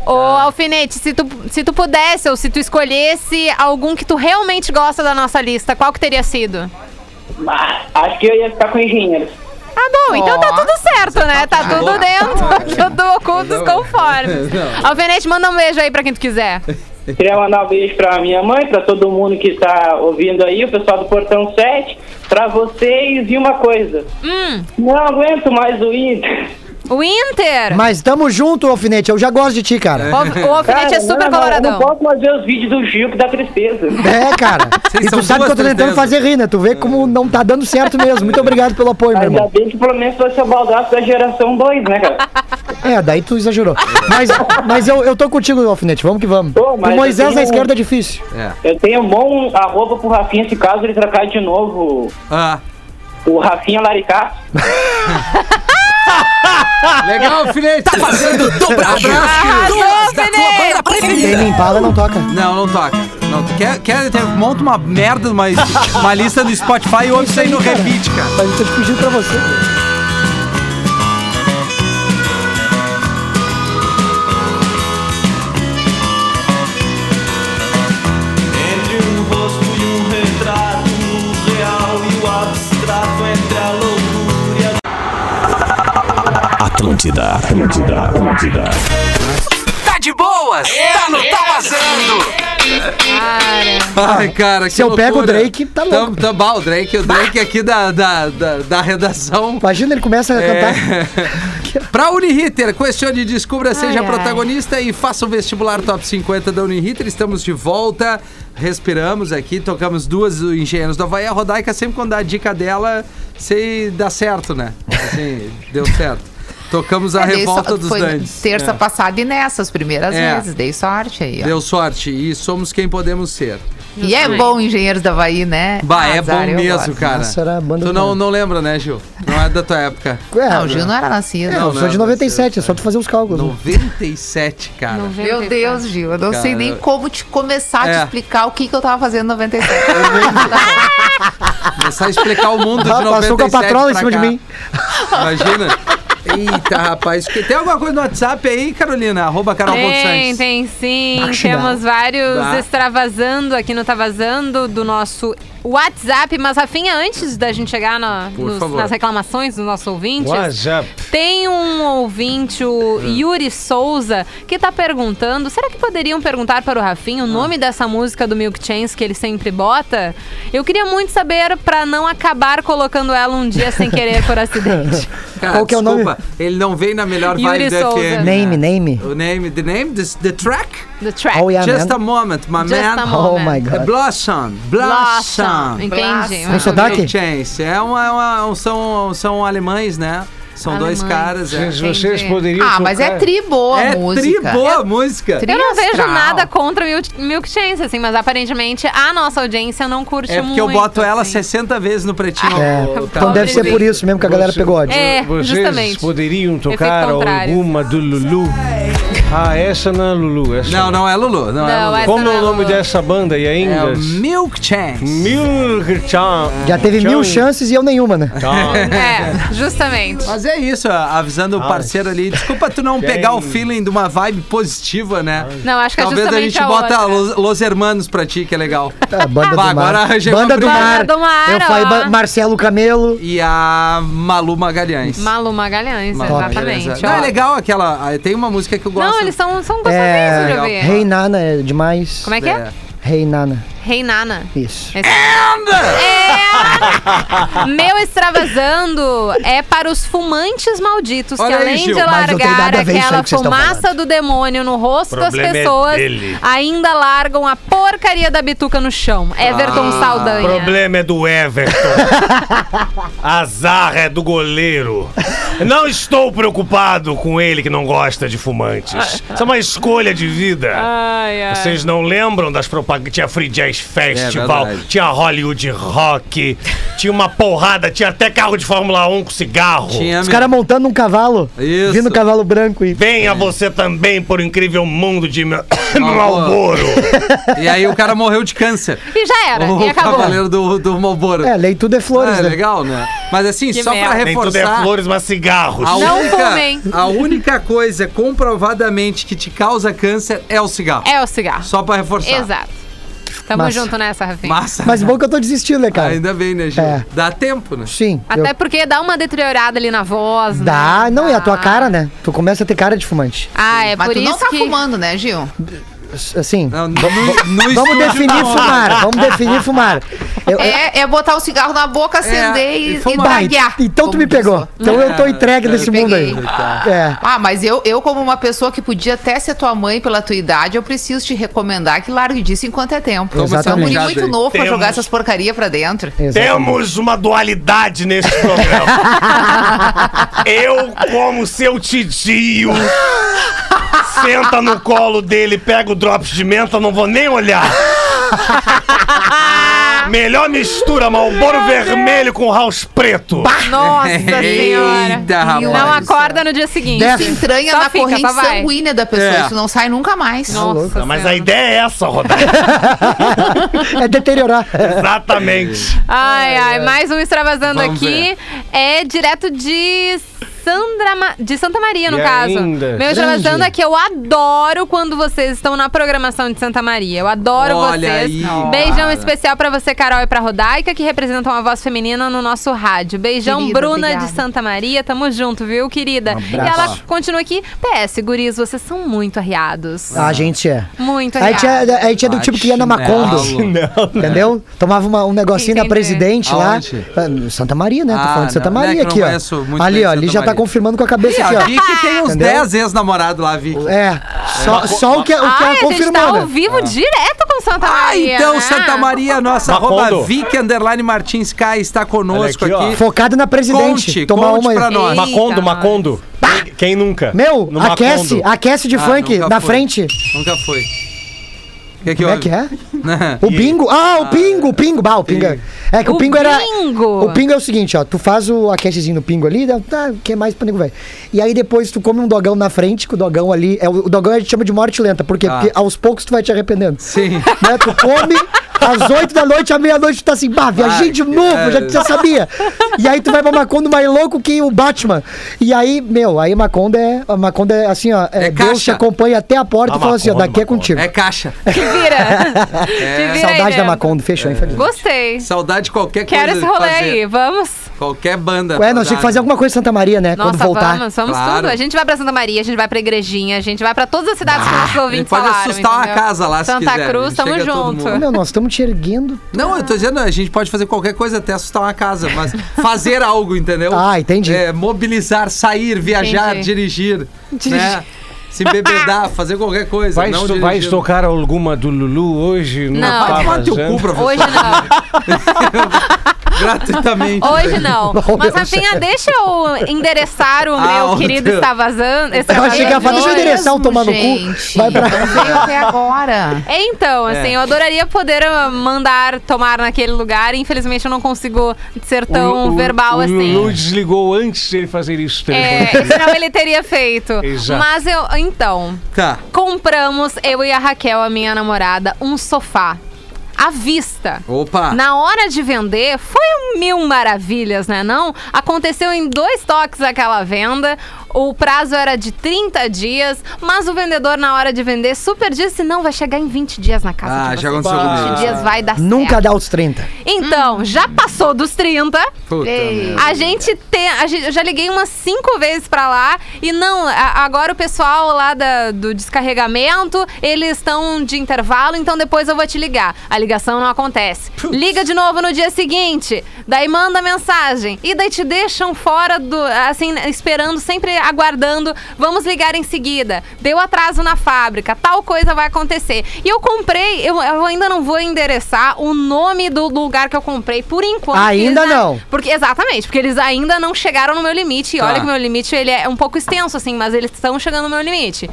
S3: Ô,
S4: Tá.
S3: Alfinete, se tu, se tu pudesse ou se tu escolhesse algum que tu realmente gosta da nossa lista, qual que teria sido?
S10: Mas acho que eu ia ficar com engenheiros.
S3: Ah, bom, então tá
S7: Ó,
S3: tudo certo, né? Tá tudo dentro, (laughs) tudo ocultos conformes.
S4: (laughs) Não.
S3: Alfinete, manda um beijo aí pra quem tu quiser.
S10: Queria mandar um beijo pra minha mãe, pra todo mundo que tá ouvindo aí, o pessoal do Portão 7, pra vocês e uma coisa.
S3: Hum,
S10: Não aguento mais o Inter.
S3: o Inter.
S5: Mas tamo junto, alfinete. Eu já gosto de ti, cara.
S3: O, Al- o Alfinete é
S10: Cara,
S3: super
S10: não, não, Eu
S3: coloradão.
S10: não posso mais ver os vídeos do Gil, que dá tristeza.
S5: É, cara.
S4: (laughs) Vocês
S5: E tu
S4: são
S5: sabe que eu tô
S4: duas
S5: tentando
S4: tristezas.
S5: fazer rir, né? Tu vê como não tá dando certo mesmo. Muito obrigado pelo apoio, meu
S10: Ainda
S5: irmão.
S10: bem que pelo menos vai ser o baldaço da geração 2,
S3: (laughs)
S10: né, cara?
S5: É, daí tu exagerou. Mas, mas eu, eu tô contigo, alfinete. Vamos que vamos.
S10: Tô,
S5: O
S10: mas eu
S5: Moisés
S10: tenho
S5: na
S10: um-
S5: esquerda é difícil.
S4: É.
S10: Eu tenho um bom arroba pro Rafinha, se caso ele trocar de novo
S4: Ah,
S10: o Rafinha Laricá.
S4: legal, Alfinete. Tá fazendo
S1: dobrado.
S3: Arrasou, Alfinete!
S5: Quem me empala não toca.
S4: Não, não toca. Não, tu quer, quer ter- monta uma merda, uma, uma lista do Spotify e ouve isso aí no
S5: cara.
S4: repeat, cara.
S5: Mas Então, eu tô te pedindo pra você.
S2: Entre um rosto e um retrato, o real e o abstrato, entre a loucura e a
S1: Atlântida, Atlântida, Atlântida.
S2: Tá de boas!
S7: É,
S2: Tá no tá vazando!
S4: Ai, cara, que
S5: Se eu pego o
S4: loucura.
S5: Drake, tá louco.
S4: Tá, tá bom, o Drake, o Drake aqui da, da, da, da redação.
S5: Imagina, ele começa a
S4: É.
S5: cantar.
S4: (laughs) pra Uniriter, questione, descubra, seja protagonista e faça o vestibular top 50 da Uniriter. Estamos de volta, respiramos aqui, tocamos duas engenheiros do Havaí. A Rodaica, sempre quando dá a dica dela, sei dá certo, né? Assim, deu
S7: (laughs)
S4: certo. Tocamos a
S7: É, dei
S4: revolta
S7: so-
S4: dos
S7: foi
S4: dantes.
S7: Terça passada e nessas primeiras
S4: É.
S7: vezes. Dei sorte aí. ó.
S4: Deu sorte e somos quem podemos ser.
S7: E é bom Engenheiros da Havaí, né?
S4: Bah, é
S7: Azar,
S4: bom
S7: eu
S4: mesmo,
S7: gosto.
S4: cara.
S5: Nossa, era a banda
S4: tu
S5: do
S4: não,
S5: Mano.
S4: não lembra, né, Gil? Não é da tua
S5: (laughs)
S4: época.
S5: É,
S7: Não, o Gil não era nascido.
S5: eu sou
S4: não,
S5: de
S4: não,
S5: 97, é só tu fazer os cálculos.
S4: 97, cara.
S7: Meu Deus, Gil, eu não sei
S4: Cara,
S7: nem como te começar a
S4: é.
S7: te explicar o que, que eu tava fazendo em 97.
S4: (laughs) Começar a É explicar o mundo de
S5: Ah,
S4: 97
S5: passou com a patrola em
S4: pra
S5: cima de
S4: cá.
S5: mim.
S4: (laughs) Imagina. Eita, rapaz. Que- Tem alguma coisa no WhatsApp aí, Carolina? Arroba Carol
S3: Tem,
S4: Santos.
S3: tem sim.
S5: Acho
S3: Temos vários
S4: Dá.
S3: extravasando aqui no Tá Vazando do nosso WhatsApp. Mas, Rafinha, antes da gente chegar na-
S4: Por
S3: nos-
S4: favor.
S3: nas reclamações dos nossos ouvintes,
S6: já.
S3: tem um ouvinte,
S4: É.
S3: o Yuri Souza, que tá perguntando: será que poderiam perguntar para o Rafinha o
S4: Ah.
S3: nome dessa música do Milk Chains que ele sempre bota? Eu queria muito saber pra não acabar colocando ela um dia sem querer por
S4: (laughs)
S3: acidente.
S4: Cara,
S5: Qual que é o
S4: desculpa, ele não veio na melhor
S3: Yuri
S4: vibe da
S3: Souza.
S4: FM.
S5: Name, name.
S4: né? O name, the name, this, the track?
S3: The track.
S5: Oh, yeah,
S4: Just
S5: man.
S4: a moment, my
S3: Just a
S4: man.
S3: moment.
S5: Oh, my
S4: É
S5: God.
S4: Blossom,
S3: Blossom.
S4: Blossom.
S3: Entendi.
S7: Blossom.
S5: Um sotaque?
S4: Chance. É uma, é uma- um- são, são alemães, né? São dois
S3: Alemães.
S4: caras. É.
S6: Gente, vocês poderiam.
S7: Ah, mas é
S6: tocar-
S7: tri boa
S4: É
S7: a música.
S4: tri boa a música.
S7: tri-
S3: Eu não vejo
S7: Astral.
S3: nada contra Milk- Milk Chance, assim, mas aparentemente a nossa audiência não curte
S4: É
S3: muito.
S4: porque eu boto ela
S3: assim.
S4: 60 vezes no pretinho.
S5: É,
S4: ô,
S5: então
S4: Tata.
S5: deve ser por isso mesmo que a galera
S6: Você-
S5: pegou ódio.
S3: É,
S6: Vocês
S3: justamente.
S6: poderiam tocar
S3: Efeito contrário.
S6: alguma do Lulu? Ah, essa não é Lulu. Essa
S4: Não, não é Lulu. Não, é
S3: Não,
S4: Lulu.
S3: é-
S6: Como é o
S3: Essa não é
S6: nome
S3: Lulu.
S6: dessa banda aí
S4: É
S6: ainda?
S4: o Milk Chance.
S6: Milk Chan.
S5: Já teve mil
S6: Chan-
S5: chances e eu nenhuma, né?
S6: Chan.
S3: É,
S4: (laughs)
S3: justamente.
S4: Mas é isso, a- avisando o parceiro ali. Desculpa tu não pegar o feeling de uma vibe positiva, né?
S3: Não, acho que é
S4: Talvez a
S3: justamente
S4: gente
S3: a
S4: bota
S3: outra.
S4: Los, Los Hermanos pra ti, que é legal.
S5: Ah,
S4: (laughs)
S5: banda do
S4: Bah,
S5: mar.
S4: agora arranjei uma
S5: banda, do
S4: briga.
S5: mar.
S3: Banda do Mar,
S5: Eu falei
S3: ó.
S5: ba- Marcelo Camelo.
S4: E a Malu Magalhães.
S3: Malu Magalhães,
S4: Malu Magalhães,
S3: exatamente.
S4: é. Não,
S3: ó.
S4: é legal aquela. ah, Tem uma música que eu gosto.
S3: Não, eles são, são gostosinhos
S5: É,
S3: de ouvir.
S5: Rei Nana é demais.
S3: Como é que é?
S4: É.
S5: Rei Nana,
S3: Rei Nana.
S5: isso.
S3: Esse- É! Meu extravasando é para os fumantes malditos
S4: Olha
S3: que
S4: aí,
S3: além
S4: Gil.
S3: de
S4: Mas
S5: não tem
S3: largar
S5: nada a ver isso aí
S3: aquela
S5: que vocês estão
S3: fumaça
S5: falando.
S3: do demônio no rosto das
S6: Problema é
S3: pessoas,
S6: dele.
S3: ainda largam a porcaria da bituca no chão. É Everton Saldanha.
S6: O problema é
S3: (laughs)
S6: do Everton. Azar é do goleiro. Não estou preocupado com ele que não gosta de fumantes. Isso é uma escolha de vida.
S3: Ai, ai.
S6: Vocês não lembram das propagandas? Tinha Free Jazz Festival,
S4: É verdade.
S6: tinha Hollywood Rock, tinha uma porrada, tinha até carro de Fórmula 1 com cigarro.
S4: Tinha
S5: Os caras montando um cavalo,
S4: Isso.
S5: vindo cavalo branco e...
S4: É.
S6: Venha você também por incrível mundo de (coughs) Mal-
S4: Malboro.
S6: Malboro.
S4: (laughs) E aí o cara morreu de câncer.
S3: E já era,
S4: O
S3: e acabou.
S4: cavaleiro do, do Malboro.
S5: É, lei tudo é flores,
S4: é
S5: né?
S4: legal, né? Mas assim,
S3: Que
S4: só pra
S3: merda.
S6: Nem tudo
S4: reforçar.
S6: é flores, mas cigarros.
S4: A
S3: Não
S4: única,
S3: fumem.
S4: A única coisa comprovadamente que te causa câncer é o cigarro.
S3: É o cigarro.
S4: Só pra reforçar.
S3: Exato. Tamo
S5: Massa.
S3: junto nessa, Rafinha.
S4: Massa.
S5: Mas bom que eu tô desistindo, né, cara?
S4: Ainda bem, né, Gil?
S5: É.
S4: Dá tempo, né?
S5: Sim. eu-
S3: Até porque dá uma deteriorada ali na voz. né?
S5: Dá, não, e a tua
S3: Dá.
S5: cara, né? Tu começa a ter cara de fumante.
S3: Ah, é
S7: Mas
S3: por
S7: tu
S3: isso
S7: não tá
S3: que...
S7: fumando, né, Gil?
S5: Assim,
S4: Não, no, no
S5: vamos
S4: estúdio,
S5: definir
S4: não.
S5: fumar, vamos definir fumar. Eu-
S7: É, é botar o cigarro na boca, acender
S4: É, e
S7: e, e
S4: fumar.
S5: Bah,
S7: draguear.
S5: então tu
S7: como
S5: me
S7: diz
S5: pegou.
S7: lá.
S5: Então eu tô entregue
S4: É,
S5: nesse
S4: eu
S5: mundo aí.
S7: peguei.
S5: É.
S7: Ah, mas eu, eu, como uma pessoa que podia até ser tua mãe pela tua idade, eu preciso te recomendar que largue disso enquanto é tempo.
S5: Toma É. essa
S7: Você é um guri
S4: mijada
S7: muito
S4: aí.
S7: novo pra jogar
S6: Temos.
S7: essas porcaria pra dentro.
S5: Exato.
S6: Temos uma dualidade nesse (laughs) programa. eu, como seu titio, senta no colo dele, pega o drops de menta, não vou nem (laughs) olhar. Melhor mistura, Malboro vermelho com house preto.
S5: (laughs)
S3: Nossa senhora.
S4: Eita, rapaz.
S3: Não acorda no dia seguinte.
S5: Desce.
S7: Se entranha
S3: Só
S7: na
S3: fica,
S7: corrente
S3: papai.
S7: sanguínea da pessoa,
S4: É.
S7: isso não sai nunca mais.
S5: Tá
S3: Nossa,
S6: Mas a
S3: Senhora.
S6: ideia é essa, (laughs) Roberto.
S5: É deteriorar.
S6: Exatamente.
S3: Ai, ai, mais um extravasando
S4: Vamos
S3: aqui. É direto de Sandra Ma- de Santa Maria, no
S6: E
S3: caso.
S6: ainda?
S3: Meu extravasando
S5: Grande.
S3: é que eu adoro quando vocês estão na programação de Santa Maria. Eu adoro
S4: Olha
S3: vocês.
S4: aí,
S3: Beijão
S4: cara.
S3: especial pra você, Carol, e pra Rodaica, que representam a voz feminina no nosso rádio. Beijão,
S7: Querida,
S3: Bruna
S7: obrigada.
S3: de Santa Maria. Tamo junto, viu, querida? e ela continua aqui. PS, guris, vocês são muito arriados.
S5: A gente é.
S3: Muito
S5: A gente
S3: arriados.
S5: é, a gente é do tipo que ia na Macondo.
S4: Chinelo.
S5: (laughs) Entendeu? Tomava uma- um negocinho na
S3: Entendi.
S5: presidente lá.
S4: Aonde?
S5: Ah, no Santa Maria, né? Tô
S4: Ah,
S5: falando de Santa
S4: não. Não é que
S5: Maria
S4: eu
S5: aqui,
S4: não
S5: ó.
S4: conheço muito
S5: Ali,
S4: bem
S5: ó,
S4: Santa
S5: ele já tá
S4: Maria.
S5: confirmando com a cabeça
S4: Ih, É, a
S5: aqui,
S3: Ah,
S4: Vicky tem uns
S5: Entendeu?
S4: 10 ex-namorados lá, Vicky.
S5: ó. É. Só, só o que, o que
S3: Ai,
S5: ela
S3: a gente tá
S5: confirmou,
S3: ao
S5: né?
S3: vivo direto com Santa
S4: Ah,
S3: Maria.
S4: então,
S3: né?
S4: Santa Maria, nossa
S6: Macondo.
S4: arroba Vicky Underline Martins K está conosco
S6: Olha aqui, ó.
S4: aqui.
S5: Focado na presidente.
S4: Conte,
S5: Tomar
S4: conte
S5: uma.
S4: pra nós.
S3: Eita,
S6: Macondo,
S3: nós.
S6: Macondo. Quem, quem nunca?
S5: Meu,
S6: No
S5: aquece,
S6: Macondo.
S5: aquece de
S4: Ah,
S5: funk
S4: nunca
S5: na
S4: foi.
S5: frente.
S4: Nunca foi. O que, que
S5: Como é
S4: houve?
S5: que é? O bingo? Ah, o pingo, o pingo. Bah, o pingo. é- É que o,
S3: O
S5: pingo era.
S3: bingo.
S5: O pingo é o seguinte, ó. Tu faz o aquecezinho no pingo ali, dá- tá, que é mais pra nego velho. E aí depois tu come um dogão na frente, que o dogão ali. É, o o dogão a gente chama de morte lenta. Por quê?
S4: Tá.
S5: Porque aos poucos tu vai te arrependendo.
S4: (laughs) Sim.
S5: Né? Tu come. Às 8 da noite, à meia-noite, tu tá assim, bah, viajei
S4: Ah,
S5: de
S4: que-
S5: novo,
S4: é.
S5: já, já sabia. E aí tu vai pra Macondo mais louco que o Batman. E aí, meu, aí Macondo é. a Macondo é assim, ó. É,
S4: É
S5: Deus te
S4: caixa.
S5: acompanha até a porta
S6: Ah,
S5: e fala assim, ó,
S6: Macondo,
S5: daqui é
S6: Macondo.
S5: contigo.
S4: É caixa.
S3: Te vira. Te vira aí
S5: Saudade da
S3: dentro.
S5: Macondo, fechou,
S3: É.
S5: infelizmente.
S3: Gostei.
S4: Saudade de qualquer
S3: Quero esse
S4: coisa. de
S3: rolê
S4: fazer. É
S3: aí. Vamos.
S4: Qualquer banda.
S5: Ué,
S4: pra
S5: nós
S4: dar,
S5: temos que fazer
S4: né?
S5: alguma coisa em Santa Maria, né?
S3: Nossa,
S5: Quando voltar.
S3: vamos, vamos
S4: Claro.
S3: tudo. A gente vai pra Santa Maria, a gente vai pra igrejinha, a gente vai pra todas as cidades que nossos
S4: Ele
S3: ouvintes
S4: pode
S3: falaram,
S4: assustar uma
S3: entendeu?
S4: casa lá, se
S3: Santa
S4: quiser. Ele
S3: Cruz, tamo
S4: chega todo
S3: junto.
S4: mundo.
S5: Meu, nós estamos te erguendo.
S4: Não, eu tô dizendo, a gente pode fazer qualquer coisa até assustar uma casa,
S5: (laughs)
S4: mas fazer algo, entendeu?
S5: Ah, entendi.
S4: É, mobilizar, sair, viajar,
S3: Entendi.
S4: dirigir, né?
S3: (laughs) Dirigir.
S4: Se bebedar, fazer qualquer coisa.
S6: Vai,
S4: não
S6: esto- vai
S4: dirigir.
S6: tocar alguma do Lulu hoje?
S3: Não.
S4: Vai
S6: Tá
S4: tomar no teu
S6: vazando?
S4: cu, professor.
S3: Hoje não.
S4: (laughs) Gratuitamente.
S3: Hoje não.
S5: Não,
S3: Mas,
S5: meu
S3: Rafinha, deixa eu endereçar o
S4: Ah,
S3: meu
S4: oh,
S3: querido
S4: Deus.
S3: está vazando. está
S5: Eu achei que ela ia falar,
S3: vazando.
S5: deixa eu endereçar o tomar no cu. Vai pra.
S7: Não veio até agora.
S3: Então, assim,
S4: É.
S3: eu adoraria poder uh, mandar tomar naquele lugar. Infelizmente, eu não consigo ser tão
S6: O- o-
S3: verbal
S6: o
S3: assim.
S6: Lulu desligou antes dele fazer isso. o telefone.
S3: É, senão ele teria feito.
S6: Exato.
S3: Mas eu. Então,
S4: Tá.
S3: compramos, eu e a Raquel, a minha namorada, um sofá. À vista.
S4: Opa.
S3: Na hora de vender, foi um mil maravilhas, né? Não? Aconteceu em dois toques aquela venda. O prazo era de 30 dias, mas o vendedor, na hora de vender, super disse: não, vai chegar em 20 dias na casa.
S4: Ah,
S3: de
S4: já
S3: vocês.
S4: aconteceu comigo.
S3: 20 dias vai dar
S5: Nunca
S3: certo.
S5: dá os 30.
S3: Então, já passou dos 30.
S4: Puta
S7: Ei.
S4: merda.
S3: A gente tem. A gente, eu já liguei umas cinco vezes pra lá e não. a- agora o pessoal lá da- do descarregamento, eles estão de intervalo, então depois eu vou te ligar. A ligação não acontece. Liga de novo no dia seguinte, daí manda mensagem. E daí te deixam fora do. Assim, esperando, sempre aguardando. Vamos ligar em seguida. Deu atraso na fábrica, tal coisa vai acontecer. E eu comprei, eu, eu ainda não vou endereçar o nome do lugar que eu comprei por enquanto. porque
S5: Ainda
S3: eles a-
S5: não.
S3: porque, exatamente, porque eles ainda não chegaram no meu limite. E
S4: Tá.
S3: olha que o meu limite ele é um pouco extenso, assim, mas eles estão chegando no meu limite.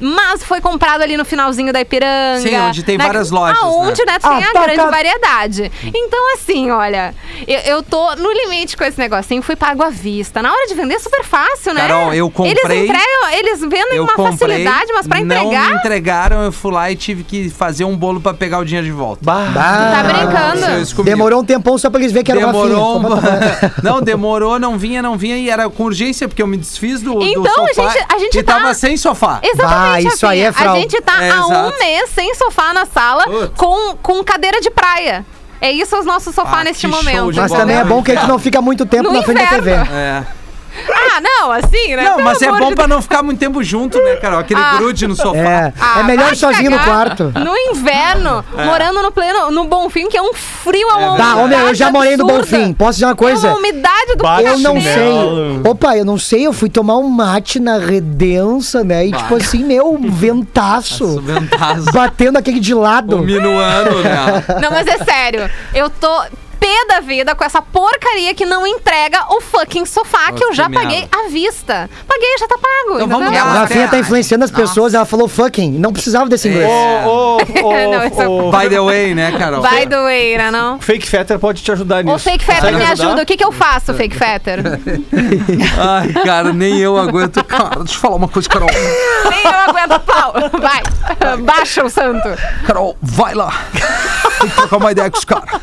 S3: Mas foi comprado ali no finalzinho da Ipiranga.
S4: Sim, onde tem várias lojas, Hum.
S3: Aonde, né, tu tem a
S5: Atacado.
S3: grande variedade. Então, assim, olha, eu, eu tô no limite com esse negocinho, fui pago à vista. Na hora de vender é super fácil, né?
S4: Carol, eu comprei-
S3: Eles entregam, eles vendem
S4: Eu
S3: é uma
S4: comprei,
S3: facilidade, mas pra
S4: Não me
S3: entregar.
S4: entregaram, eu fui lá e tive que fazer um bolo pra pegar o dinheiro de volta.
S5: Bah.
S3: Tá brincando?
S4: Aconteceu isso comigo.
S5: Demorou um tempão só pra eles verem que era
S4: Demorou.
S5: uma
S4: (laughs)
S5: filha.
S4: um- não, demorou, não vinha, não vinha. E era com urgência, porque eu me desfiz do, do
S3: Então,
S4: sofá.
S3: a gente- a gente
S4: e
S3: tá-
S4: tava sem sofá.
S5: Bah,
S3: Exatamente,
S5: isso aí
S3: Rafinha.
S5: é fraude.
S3: A gente tá
S4: É,
S3: há
S4: exato.
S3: um mês sem sofá na sala
S4: Putz.
S3: com, com cadeira de praia. É isso o nosso sofá
S4: Ah,
S3: neste
S4: que show
S3: momento.
S4: de
S5: Mas
S4: bola.
S5: também é bom que a gente não fica muito tempo
S3: No
S5: na frente da TV.
S3: inferno. (laughs)
S4: É.
S3: Ah, não, assim, né?
S4: Não,
S3: Pelo
S4: mas é
S3: amor
S4: bom
S3: de
S4: pra não ficar muito tempo junto, né, Carol? Aquele
S3: Ah.
S4: grude no sofá.
S5: É.
S3: Ah,
S5: é melhor
S3: vai
S5: sozinho no
S3: cagar.
S5: quarto.
S3: No inverno,
S4: Ah, é.
S3: morando no pleno, no Bonfim, que é um frio a uma
S5: Tá, ô meu, eu já
S3: umidade
S5: morei no
S3: absurda.
S5: Bonfim. Posso dizer uma coisa?
S3: É uma umidade do
S6: Bate
S5: Eu não
S6: Chinelo.
S5: sei. Opa, eu não sei. Eu fui tomar um mate na redença, né? E tipo assim, meu, um ventaço.
S4: Ventazo.
S5: Batendo aquele de lado.
S4: tá O minuano,
S5: (laughs)
S4: né?
S3: Não, mas é sério. Eu tô pé da vida com essa porcaria que não entrega o fucking sofá que eu
S4: que
S3: já
S4: merda.
S3: paguei à vista. Paguei, já tá pago.
S4: Então vamos
S3: entendeu?
S5: A
S4: lá.
S5: Rafinha tá
S4: Nossa.
S5: influenciando as pessoas. Ela falou fucking. Não precisava desse inglês.
S4: É.
S6: Ô, ô, ô,
S3: (laughs) Não, isso é
S6: ô,
S4: By the way, né, Carol?
S3: Vai doeira, não?
S6: Fake Fetter pode te ajudar nisso.
S3: Ô, Fake Fetter,
S6: Consegue
S3: me
S6: ajudar?
S3: ajuda. O que, que eu faço, Fake Fetter?
S4: Ai, cara, nem eu aguento. Cara, deixa eu falar uma coisa, Carol.
S3: (laughs) Nem eu aguento pau. Vai, baixa o santo.
S4: Carol, vai lá. Tem que trocar uma ideia com os caras.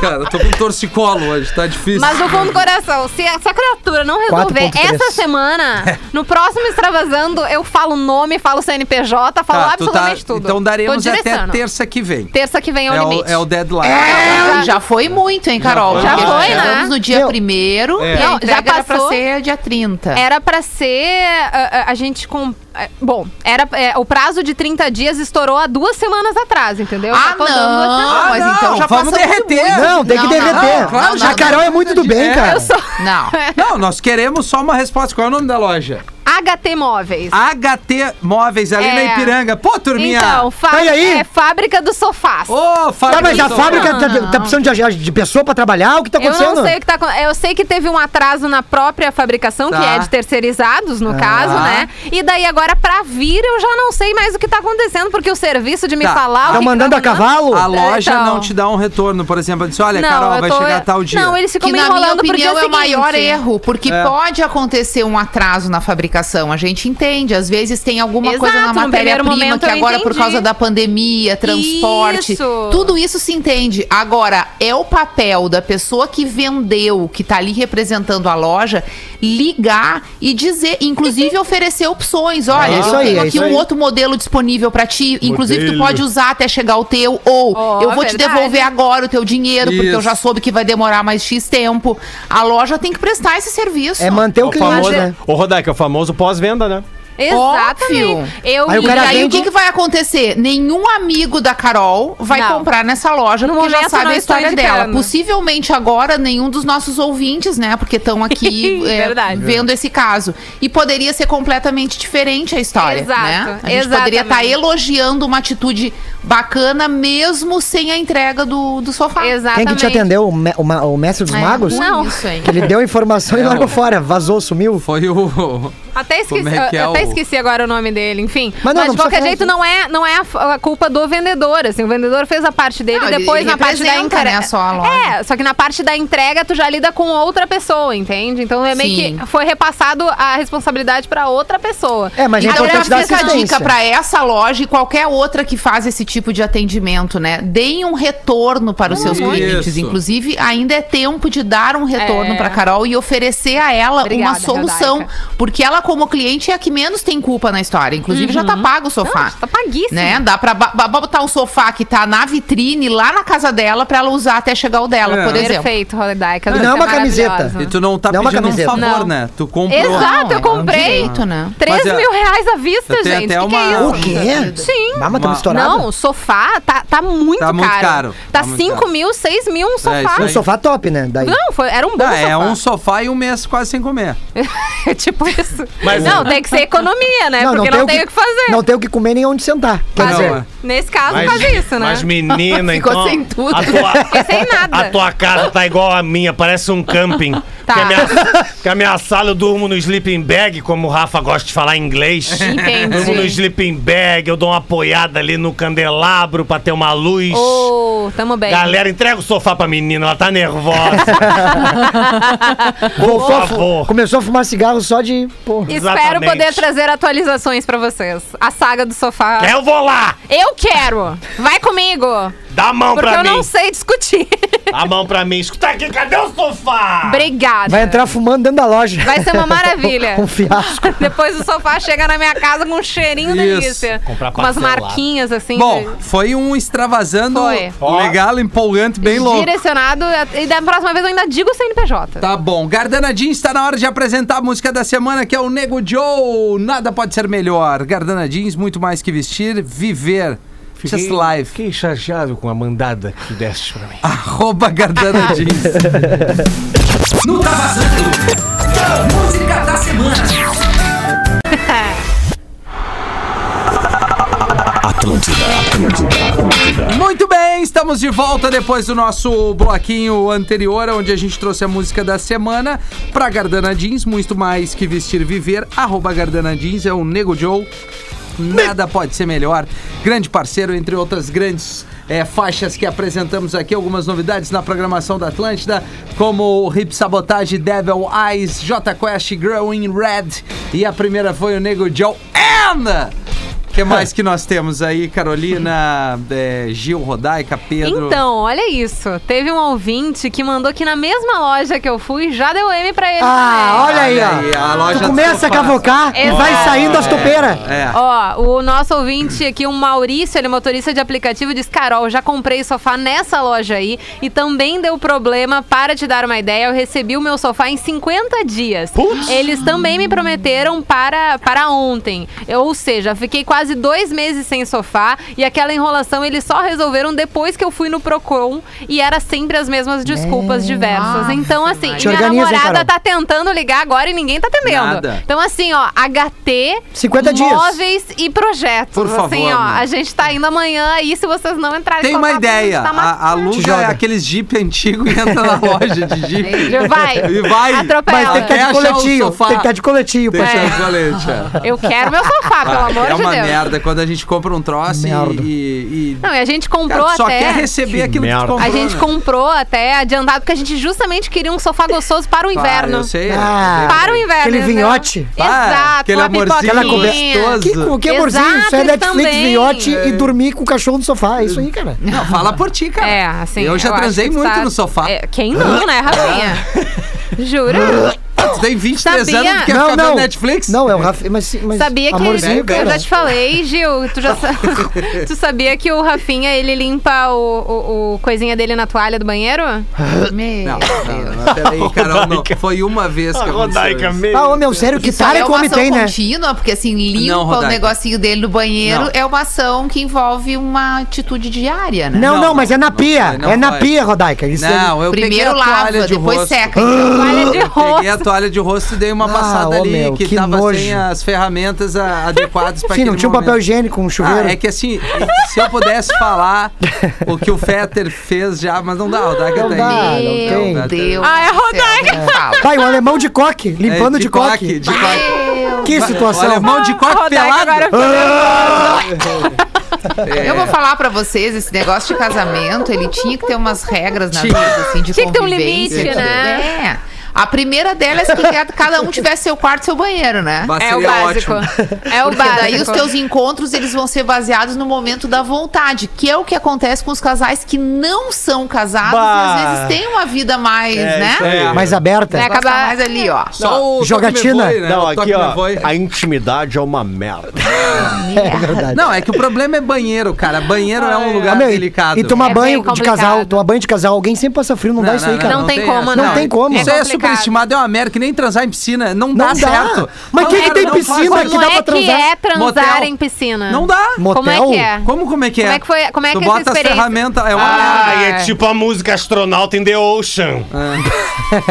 S4: Cara, eu tô com um torcicolo hoje, tá difícil.
S3: Mas do fundo do coração, se essa criatura não resolver
S5: 4.3.
S3: essa
S4: (laughs)
S3: semana, no próximo Extravasando, eu falo nome, falo CNPJ, falo
S4: Tá, tu tá-
S3: absolutamente tudo.
S4: Então daremos
S3: Tô
S4: até
S3: direcionando.
S4: terça que vem.
S3: Terça que vem é o
S4: É o,
S3: limite.
S4: é o deadline.
S7: Já- Já foi muito, hein, Carol?
S3: É. Já
S7: Porque
S3: foi, né?
S7: chegamos no dia
S5: Meu-
S7: primeiro e
S3: Não,
S7: a
S3: já
S7: entrega era pra
S3: passou. É,
S7: ser dia 30.
S3: Era pra ser. eh, A, a- a gente com. é, Bom, era, é, o prazo de 30 dias estourou há duas semanas atrás, entendeu?
S7: Ah,
S3: Já tô dando duas
S7: não,
S3: semanas.
S7: mas
S4: não,
S7: então já
S4: vamos
S7: passamos
S4: derreter.
S5: Não, tem que
S7: Não, não,
S5: derreter.
S7: não, claro,
S5: a
S7: não,
S5: Carol é muito do bem,
S4: É,
S5: cara.
S3: Eu sou (laughs)
S7: Não.
S4: Não, nós queremos só uma resposta. Qual é o nome da loja?
S3: HT Móveis.
S4: HT Móveis, ali
S3: É.
S4: na Ipiranga. Pô, turminha. Tá
S3: Então, fá-
S5: Olha aí.
S3: é fábrica do sofá.
S4: Ô, então.
S5: Tá,
S4: Fábio.
S5: mas a
S4: Vitor.
S3: é
S5: fábrica tá,
S7: Não,
S5: tá
S7: não.
S5: precisando de, de pessoa pra trabalhar? O que tá
S3: Eu
S5: acontecendo?
S3: não sei o que tá acontecendo. Eu sei que teve um atraso na própria fabricação, que
S4: Tá.
S3: é de terceirizados, no caso, né? E daí agora, pra vir, eu já não sei mais o que tá acontecendo, porque o serviço de me
S4: Tá.
S3: falar. o
S5: Tá
S3: que
S5: mandando a
S3: que tá mandando-
S5: cavalo?
S4: A loja
S3: Então.
S4: não te dá um retorno, por exemplo. Diz, olha,
S3: Não,
S4: Carol,
S3: eu
S4: vai
S3: tô-
S4: chegar tal dia.
S3: Não, eles ficam
S7: que
S3: me
S7: na minha
S3: enrolando pro dia
S7: opinião é o
S3: seguinte.
S7: maior erro, porque
S4: É.
S7: pode acontecer um atraso na fabricação, a gente entende. Às vezes tem alguma coisa na
S3: Exato, no primeiro
S7: matéria-prima
S3: momento
S7: que
S3: eu
S7: agora por
S3: entendi.
S7: causa da pandemia, transporte,
S3: Isso.
S7: tudo isso se entende. Agora é o papel da pessoa que vendeu, que tá ali representando a loja, ligar e dizer,
S3: (laughs)
S7: inclusive oferecer opções. Olha,
S5: É isso
S7: eu
S5: aí,
S7: tenho
S5: é
S7: aqui
S5: isso
S7: um
S5: aí.
S7: outro modelo disponível pra ti, inclusive tu pode usar até chegar o teu ou
S3: Ó,
S7: eu vou te
S3: verdade.
S7: devolver agora o teu dinheiro porque
S4: Isso.
S7: eu já soube que vai demorar mais X tempo. A loja tem que prestar esse serviço.
S5: É manter o
S6: o
S5: cliente,
S6: famoso,
S5: né?
S6: Ô, Rodaica, é o famoso pós-venda, né?
S3: Exatamente.
S7: Óbvio.
S3: Eu
S5: Aí o
S3: e
S5: cara
S7: e aí
S5: vende-
S7: o que, que vai acontecer? Nenhum amigo da Carol vai
S3: Não.
S7: comprar nessa loja
S3: No
S7: porque já
S3: momento,
S7: sabe
S3: não
S7: a
S3: estou
S7: história dela.
S3: indicando.
S7: Possivelmente agora nenhum dos nossos ouvintes, né? Porque
S3: (laughs)
S7: estão aqui é,
S3: Verdade.
S7: vendo esse caso. E poderia ser completamente diferente a história,
S3: Exato,
S7: né? A gente
S3: exatamente.
S7: poderia estar elogiando uma atitude bacana mesmo sem a entrega do, do sofá.
S3: Exatamente.
S5: Quem que te atendeu? O, me- o ma- o mestre dos
S7: É,
S5: magos?
S7: ruim
S3: Não.
S7: Isso,
S3: (laughs)
S7: hein?
S5: Que ele deu a informação e largou fora. Vazou, sumiu.
S4: Foi o. (laughs)
S3: Até esqueci,
S4: Como é que é
S3: eu até
S4: o-
S3: esqueci agora o nome dele, enfim.
S5: Mas
S3: Mas,
S5: não, não
S3: de
S5: precisa
S3: qualquer
S5: falar
S3: jeito,
S5: disso.
S3: não é, não é a, f- a culpa do vendedor, assim. O vendedor fez a parte dele,
S7: Não, ele-
S3: depois
S7: ele
S3: na parte da
S7: representa,
S3: entrega.
S7: né, só a loja.
S3: É, só que na parte da entrega, tu já lida com outra pessoa, entende? Então é meio
S7: Sim.
S3: que foi repassado a responsabilidade pra outra pessoa.
S5: É, mas é
S7: Agora,
S5: importante dar
S7: fica a
S5: assistência.
S7: dica para essa loja e qualquer outra que faz esse tipo de atendimento, né? Deem um retorno para os seus
S4: Ah, Isso.
S7: clientes. Inclusive, ainda é tempo de dar um retorno
S3: É.
S7: para Carol e oferecer a ela uma
S3: Obrigada,
S7: solução.
S3: Rodaica.
S7: Porque ela, como cliente, é a que menos tem culpa na história. Inclusive, já tá pago o sofá.
S3: Não, tá paguíssimo.
S7: Né? Dá pra ba- ba- botar o sofá que tá na vitrine lá na casa dela para ela usar até chegar o dela,
S4: É.
S7: por exemplo.
S3: Perfeito, Rodaica.
S5: Não
S3: você
S5: é uma
S3: maravilhosa.
S5: camiseta.
S4: E tu não tá
S5: Não é uma
S4: pedindo um
S5: camiseta.
S4: favor,
S3: Não.
S4: né? Tu comprou.
S3: Exato,
S7: Não, é
S3: eu
S7: um
S3: comprei.
S7: direito, né?
S3: 3
S4: Mas é-
S3: mil reais à vista,
S4: Eu tenho
S3: gente.
S4: até
S3: Que que é
S4: uma-
S3: isso?
S5: O quê?
S3: Sim.
S5: Mama, tá
S4: Uma-
S5: estamos estourados.
S3: Não, o sofá tá, tá muito
S4: Tá
S3: caro.
S4: muito caro.
S3: Tá
S4: Tá muito
S3: 5
S4: caro.
S3: mil, 6 mil um
S4: É,
S3: sofá.
S4: isso
S5: Um sofá top, né? Daí.
S3: Não, foi, era um bom
S4: Ah, é
S3: sofá.
S4: um sofá e um mês quase sem comer.
S3: (laughs) É tipo isso.
S6: Mas- é-
S3: não, tem que ser economia, né? Porque não tem o que fazer.
S5: Não tem o que comer nem onde sentar.
S4: Não,
S3: Quase-
S4: é.
S3: Nesse caso, faz isso, né? (laughs)
S6: mas, menina,
S7: Ficou
S6: então.
S7: sem tudo.
S6: A tua,
S3: Fiquei sem (laughs) nada.
S6: (laughs) a tua casa tá igual a minha, parece um camping.
S3: Tá.
S6: Que, a minha,
S3: (laughs)
S6: que a minha sala eu durmo no sleeping bag, como o Rafa gosta de falar em inglês.
S3: Entendi.
S6: Durmo no sleeping bag, eu dou uma apoiada ali no candelabro pra ter uma luz.
S3: Ô, tamo bem.
S6: Galera, entrega o sofá pra menina, ela tá
S3: (laughs)
S6: nervosa. Por
S5: Voltou a fu-
S6: favor.
S5: Começou a fumar cigarro só de. Pô.
S3: Espero
S6: Exatamente.
S3: poder trazer atualizações pra vocês. A saga do sofá.
S6: Eu vou lá!
S3: Eu quero! Vai comigo!
S6: Dá a mão
S3: Porque
S6: pra
S3: eu
S6: mim!
S3: não sei discutir. (laughs)
S6: Dá a mão pra mim! Escuta aqui, cadê o sofá?
S3: Obrigada.
S5: Vai entrar fumando dentro da loja.
S3: Vai
S4: (laughs)
S3: ser uma maravilha. (laughs)
S5: um fiasco.
S3: Depois o sofá chega na minha casa com um cheirinho
S4: Isso.
S3: delícia.
S6: Comprar
S3: Com umas
S6: parcelado.
S3: marquinhas assim.
S4: Bom, foi um extravasando
S3: Foi.
S4: legal, empolgante, bem louco.
S3: direcionado. E da próxima vez eu ainda digo CNPJ.
S4: Tá bom. Gardana Jeans está na hora de apresentar a música da semana, que é o Nego Joe. Nada pode ser melhor. Gardana Jeans, muito mais que vestir, viver. Just live.
S6: Fiquei chateado com a mandada que tu deste pra mim.
S4: Arroba Gardana Jeans.
S2: (laughs) Não tá vazando. Tá, Música da semana.
S1: (laughs) Atlântida, Atlântida, Atlântida.
S4: Muito bem, estamos de volta depois do nosso bloquinho anterior, onde a gente trouxe a música da semana pra Gardana Jeans, muito mais que vestir viver, arroba Gardana Jeans, é o Nego Joe. Nada pode ser melhor. Grande parceiro, entre outras grandes eh, faixas que apresentamos aqui, algumas novidades na programação da Atlântida, como o Hip Sabotage, Devil Eyes, J Quest, Growing Red. E a primeira foi o Nego Joe and o
S5: (laughs)
S4: que mais que nós temos aí, Carolina, é, Gil, Rodaica, Pedro?
S3: Então, olha isso. Teve um ouvinte que mandou que na mesma loja que eu fui já deu M pra ele.
S5: Ah,
S3: também.
S5: olha aí,
S4: Olha aí, a
S5: ó.
S4: loja
S5: Tu
S4: do
S5: começa a
S4: sofá.
S5: cavocar e
S3: Exato.
S5: vai saindo as topeiras.
S4: É.
S3: Ó, o nosso ouvinte aqui, o Maurício, ele é motorista de aplicativo, diz: Carol, já comprei sofá nessa loja aí e também deu problema. Para te dar uma ideia, eu recebi o meu sofá em 50 dias. Eles também me prometeram para, para ontem. Eu, ou seja, fiquei quase dois meses sem sofá e aquela enrolação eles só resolveram depois que eu fui no Procon e era sempre as mesmas desculpas diversas.
S7: Ah,
S3: então, assim, e
S5: Te
S3: minha
S5: organiza, hein,
S3: namorada
S5: Carol?
S3: tá tentando ligar agora e ninguém tá atendendo.
S4: Nada.
S3: Então, assim, ó, HT
S5: 50 dias.
S3: móveis e projetos.
S4: Por favor,
S3: Assim, ó,
S4: né?
S3: a gente tá indo amanhã aí, se vocês não entrarem
S4: Tem
S3: em
S4: uma
S3: contato,
S4: ideia.
S3: gente tá
S4: A,
S3: matando.
S5: Te
S4: aluga
S5: joga.
S4: aqueles Jeep antigos e entra
S5: (laughs)
S4: na loja de Jeep.
S3: Vai.
S4: (laughs) E vai.
S3: Atropela.
S5: Mas tem que
S4: Até
S5: estar
S4: achar
S5: de
S4: o
S5: coletinho.
S4: sofá.
S5: Tem que estar de coletinho,
S4: Deixa
S3: É.
S5: pai.
S4: eu colete.
S3: Eu quero meu sofá, pelo amor
S4: é
S3: de
S4: uma
S3: Deus.
S4: merda quando a gente compra um troço e-
S5: Merda.
S4: e. e-
S3: Não, e a gente
S4: Cara,
S3: comprou
S4: tu só
S3: até.
S4: quer receber aquilo
S6: merda.
S4: que tu comprou.
S3: A gente
S4: né?
S3: comprou até adiantado, porque a gente justamente queria um sofá gostoso para o
S4: Ah,
S3: inverno.
S4: eu sei.
S5: Ah,
S3: Para o inverno.
S5: Aquele
S3: entendeu?
S5: vinhote.
S4: Ah,
S3: Exato,
S4: aquele
S3: uma
S4: amorzinho
S3: pipoquinha.
S4: gostoso.
S5: Que, que amorzinho, isso é
S3: Exato,
S5: Netflix,
S3: também.
S5: vinhote e dormir com o cachorro no sofá. É isso aí, cara.
S4: Não, fala por ti, cara.
S3: É, assim.
S4: Eu já
S3: acho
S4: transei
S3: que tu
S4: muito
S3: tá-
S4: no sofá. (laughs)
S3: É, quem não, né, Rafinha? Jura?
S4: Tu tem 23
S3: Sabia?
S4: anos, tu quer
S5: não,
S4: ficar
S5: não.
S4: vendo Netflix?
S5: Não, é o Rafinha. Mas, mas,
S3: Sabia que
S5: amorzinho,
S3: eu
S5: cara.
S3: já te falei, Gil, tu já
S5: (laughs)
S3: sa- tu sabia que o Rafinha ele limpa o, o- o coisinha dele na toalha do banheiro?
S7: Meu
S4: Não,
S7: Deus.
S4: não, não,
S5: (laughs)
S4: peraí, Carol, não. Foi uma vez que aconteceu
S6: Rodaica
S4: isso.
S6: mesmo.
S5: Ah, ô, meu, sério, que
S7: Isso aí
S5: cara
S7: é
S5: que
S7: uma
S5: homem
S7: ação
S5: tem, né?
S7: contínua, porque assim, limpa
S4: Não,
S7: o
S4: Rodaica.
S7: negoinho dele no banheiro,
S4: Não.
S7: é uma ação que envolve uma atitude diária, né?
S5: Não,
S4: Não,
S5: não, mas é na
S4: não
S5: pia.
S4: foi, não
S5: é na
S4: foi.
S5: pia, Rodaica. Isso
S4: Não, é eu peguei a
S7: Primeiro
S4: toalha
S7: lava,
S4: de
S7: depois
S4: rosto.
S7: seca. então.
S3: Toalha de
S4: Peguei a
S3: rosto.
S4: toalha de rosto e dei uma
S5: Ah,
S4: passada
S5: ô,
S4: ali
S5: meu,
S4: que,
S5: que
S4: tava
S5: nojo.
S4: sem as ferramentas a- adequadas
S5: é...
S4: para
S5: Sim,
S4: aquele
S5: não tinha um
S4: momento.
S5: papel higiênico, um chuveiro.
S4: Ah, é que assim, se eu pudesse falar o que o Fetter fez já, mas não dá, o Daga
S5: Não
S4: tá
S5: dá,
S4: aí.
S5: não
S4: Então,
S5: tem.
S4: o
S7: Meu
S4: Daga-
S7: Deus.
S3: Ah, é
S7: do céu,
S3: Rodaica.
S7: nem fala.
S5: Vai, o alemão de coque,
S4: É,
S5: limpando de, coque.
S4: De
S3: É
S4: coque.
S5: Que situação.
S4: Olha, mão de coque
S3: Rodaica
S4: pelado.
S3: agora ficou
S7: Eu vou falar pra vocês, esse negócio de casamento, ele tinha que ter umas regras na
S4: Tinha.
S7: vida, assim, de
S3: Tinha que ter um
S7: convivência,
S3: limite,
S7: de-
S3: né?
S7: É. A primeira delas é que cada um tivesse seu quarto, seu banheiro, né?
S4: Bah,
S3: É o
S4: Ah, seria
S3: básico.
S4: ótimo.
S3: É o
S7: Porque
S3: básico.
S7: daí os teus encontros eles vão ser baseados no momento da vontade, que é o que acontece com os casais que não são casados e às
S6: Bah.
S7: vezes têm uma vida mais,
S4: É,
S7: né?
S6: É, isso aí.
S5: Mais aberta.
S3: É,
S7: Gosta
S3: Acabar-
S7: mais ali, ó.
S4: Só o
S5: Jogatina.
S4: toque me voe, né?
S6: Não,
S4: O toque
S6: aqui,
S4: me
S6: ó.
S4: voe.
S6: A intimidade é uma merda.
S5: É verdade.
S4: Não, é que o problema é banheiro, cara. Banheiro é um
S5: Ah,
S4: lugar
S5: meu, e-
S4: delicado.
S5: E tomar
S3: É bem
S5: banho de
S3: complicado.
S5: casal, tomar banho de casal, alguém sempre passa frio, não, dá isso aí, cara.
S3: Não tem como,
S5: não. Não tem como.
S4: Isso aí é
S3: É complicado.
S4: superestimado, é uma merda, que nem transar em piscina. Não,
S5: Não
S4: dá,
S5: dá.
S4: certo.
S5: Mas quem que
S4: cara,
S5: tem
S4: não faz
S5: piscina
S4: isso.
S5: que dá
S3: Como é
S5: pra
S3: que
S5: transar?
S3: é transar
S4: Motel.
S3: em piscina?
S4: Não dá.
S5: Motel?
S3: Como é que é?
S4: Como, como é que é?
S3: Como é que foi- como é
S4: tu
S3: que essa
S4: bota as
S3: experiência-
S4: ferramentas, é uma merda.
S6: Ah,
S3: Ah,
S6: é
S3: é.
S6: tipo a música astronauta in the ocean.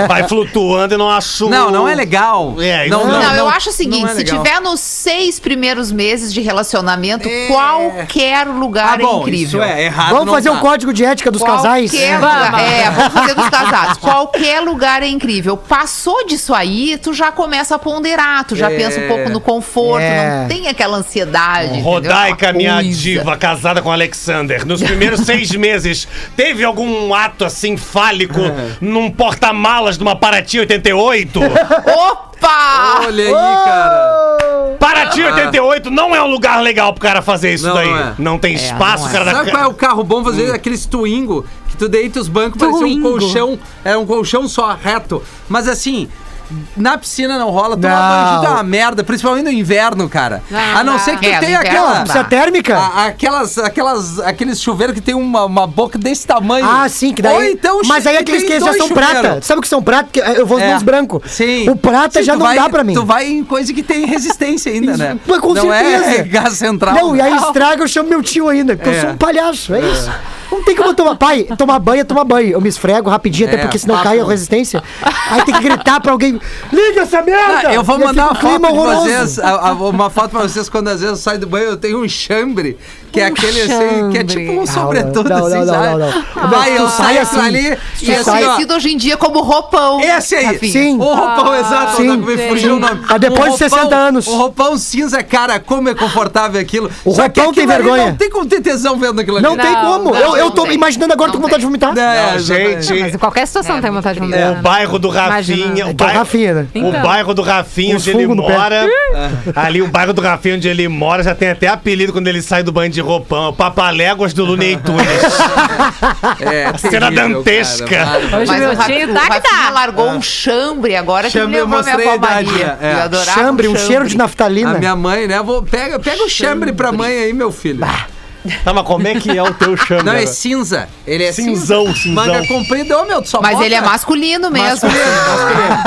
S6: Vai flutuando e É. não assume.
S4: Não, não é legal.
S6: É, isso
S7: Não,
S6: Não,
S7: eu acho o seguinte,
S4: não é
S7: se
S4: legal.
S7: tiver nos seis primeiros meses de relacionamento, qualquer
S4: Ah,
S7: lugar é
S4: bom, isso
S7: incrível.
S4: é errado.
S5: Vamos
S4: não
S5: fazer
S4: tá.
S5: um código de ética dos casais?
S7: Qualquer lugar, é, vamos fazer dos casados. Qualquer lugar é incrível. Passou disso aí, tu já começa a ponderar, tu já
S4: É.
S7: pensa um pouco no conforto,
S5: É.
S7: não tem aquela ansiedade. entendeu?
S6: Rodaica,
S7: Aquela
S6: minha
S7: coisa.
S6: diva, casada com Alexander. Nos primeiros seis meses, teve algum ato assim fálico num porta-malas de uma Paraty 88?
S7: Opa!
S4: Olha aí, cara.
S6: Paraty 88 não é um lugar legal pro cara fazer isso
S4: Não,
S6: daí.
S4: não
S6: Não,
S4: é.
S6: tem espaço,
S7: não é.
S6: cara. da-
S4: Sabe qual é o carro bom fazer? Aqueles Twingo, que tu deita os bancos, parecia um
S3: Twingo.
S4: colchão. Era um colchão só, reto. Mas assim... Na piscina não rola,
S5: Não.
S4: tomar banho é uma merda, principalmente no inverno, cara.
S3: Não,
S4: a não
S3: não.
S4: ser que tu
S7: É, no
S4: tenha
S7: inverno
S4: aquela.
S7: não dá.
S5: Precisa térmica?
S4: A- Aquelas, aquelas, aqueles chuveiros que tem uma, uma boca desse tamanho.
S5: Ah, sim, que daí.
S4: Ou então,
S5: mas aí
S4: tem
S5: aqueles que já
S4: dois
S5: são
S4: chuveiros.
S5: prata. Sabe o que são prata? Que Eu vou
S4: É.
S5: nos brancos.
S4: Sim.
S5: O prata
S4: Sim,
S5: já
S4: tu
S5: não
S4: vai-
S5: dá pra mim.
S4: Tu vai em coisa que tem resistência ainda, né?
S5: Mas com
S4: não
S5: certeza.
S4: é (laughs) gás central.
S5: Não, e aí
S4: né?
S5: estraga, eu chamo meu tio ainda, porque
S4: É.
S5: eu sou um palhaço, é isso. Não tem como eu tomar pai, tomar banho, é tomar banho. Eu me esfrego rapidinho, até
S4: É,
S5: porque senão
S4: papo.
S5: cai a resistência. Aí tem que gritar pra alguém: liga essa
S4: Ah,
S5: merda!
S4: eu vou
S5: E aí
S4: mandar uma
S5: fica um
S4: foto
S5: clima
S4: pra
S5: horroroso.
S4: vocês, a- a- uma foto pra vocês quando às vezes eu saio do banho, eu tenho um chambre, que é aquele assim, que é tipo um
S5: Um Não,
S4: sobretudo
S5: não, não,
S4: assim,
S5: não,
S4: sabe?
S5: não, não.
S4: Vai, eu
S5: Tu sai
S4: saio
S5: assim,
S4: ali
S5: tu
S4: e assim,
S5: sai-
S4: ó,
S7: Conhecido hoje em dia como roupão.
S4: Esse aí.
S7: Rafinha.
S5: Sim. Ah,
S4: O roupão, exato.
S5: Sim.
S4: tá, me fugiu o nome.
S5: Ah, depois de
S4: O roupão-
S5: 60 anos.
S4: O roupão cinza, cara, como é confortável aquilo.
S5: O
S4: Só que
S5: roupão tem
S4: aquilo ali
S5: vergonha.
S4: Não tem como ter tesão vendo aquilo ali.
S5: Não, tem
S3: Não,
S5: como.
S3: não,
S5: eu, eu
S7: não
S5: tô
S7: tem.
S5: imaginando agora, tô
S7: Não
S5: com vontade de vomitar.
S4: É,
S6: Não,
S4: exatamente.
S6: gente.
S3: Mas em qualquer situação tem vontade de
S6: O
S3: vomitar.
S6: bairro do
S3: é? Imagina.
S6: Rafinha.
S5: É
S6: O
S5: do
S6: bairro,
S5: Rafinha, né?
S6: o bairro do Rafinha,
S5: Os
S6: onde ele
S5: fungos no pé.
S6: mora. ali, o bairro do Rafinha, onde ele mora, já tem até apelido quando ele sai do banho de roupão. É o Papaléguas do Looney Tunes.
S4: É,
S6: (laughs) Cena
S4: terrível,
S6: dantesca.
S4: cara, vai.
S3: Hoje
S7: Mas
S3: meu
S7: o Ra-
S3: tio
S7: o
S3: tá que
S7: Rafinha
S3: tá.
S7: largou um chambre agora
S4: É. Chambre, é
S7: que
S4: eu
S7: me levou a
S4: mostrei
S7: minha
S4: a
S7: avó
S4: idade,
S7: Maria.
S4: é.
S7: Eu adorava
S5: Chambre, um cheiro de
S4: A
S5: naftalina.
S4: minha mãe, né? Vou, pega, pega o chambre pra mãe aí, meu filho.
S6: tá, mas como é que é o teu chame?
S4: Não, é
S6: agora?
S4: cinza. Ele é
S6: Cinzão,
S4: cinza.
S6: cinzão.
S4: Manga comprida, ô meu, tu só
S7: Mas
S4: bota-
S7: ele é masculino mesmo.
S4: Masculino,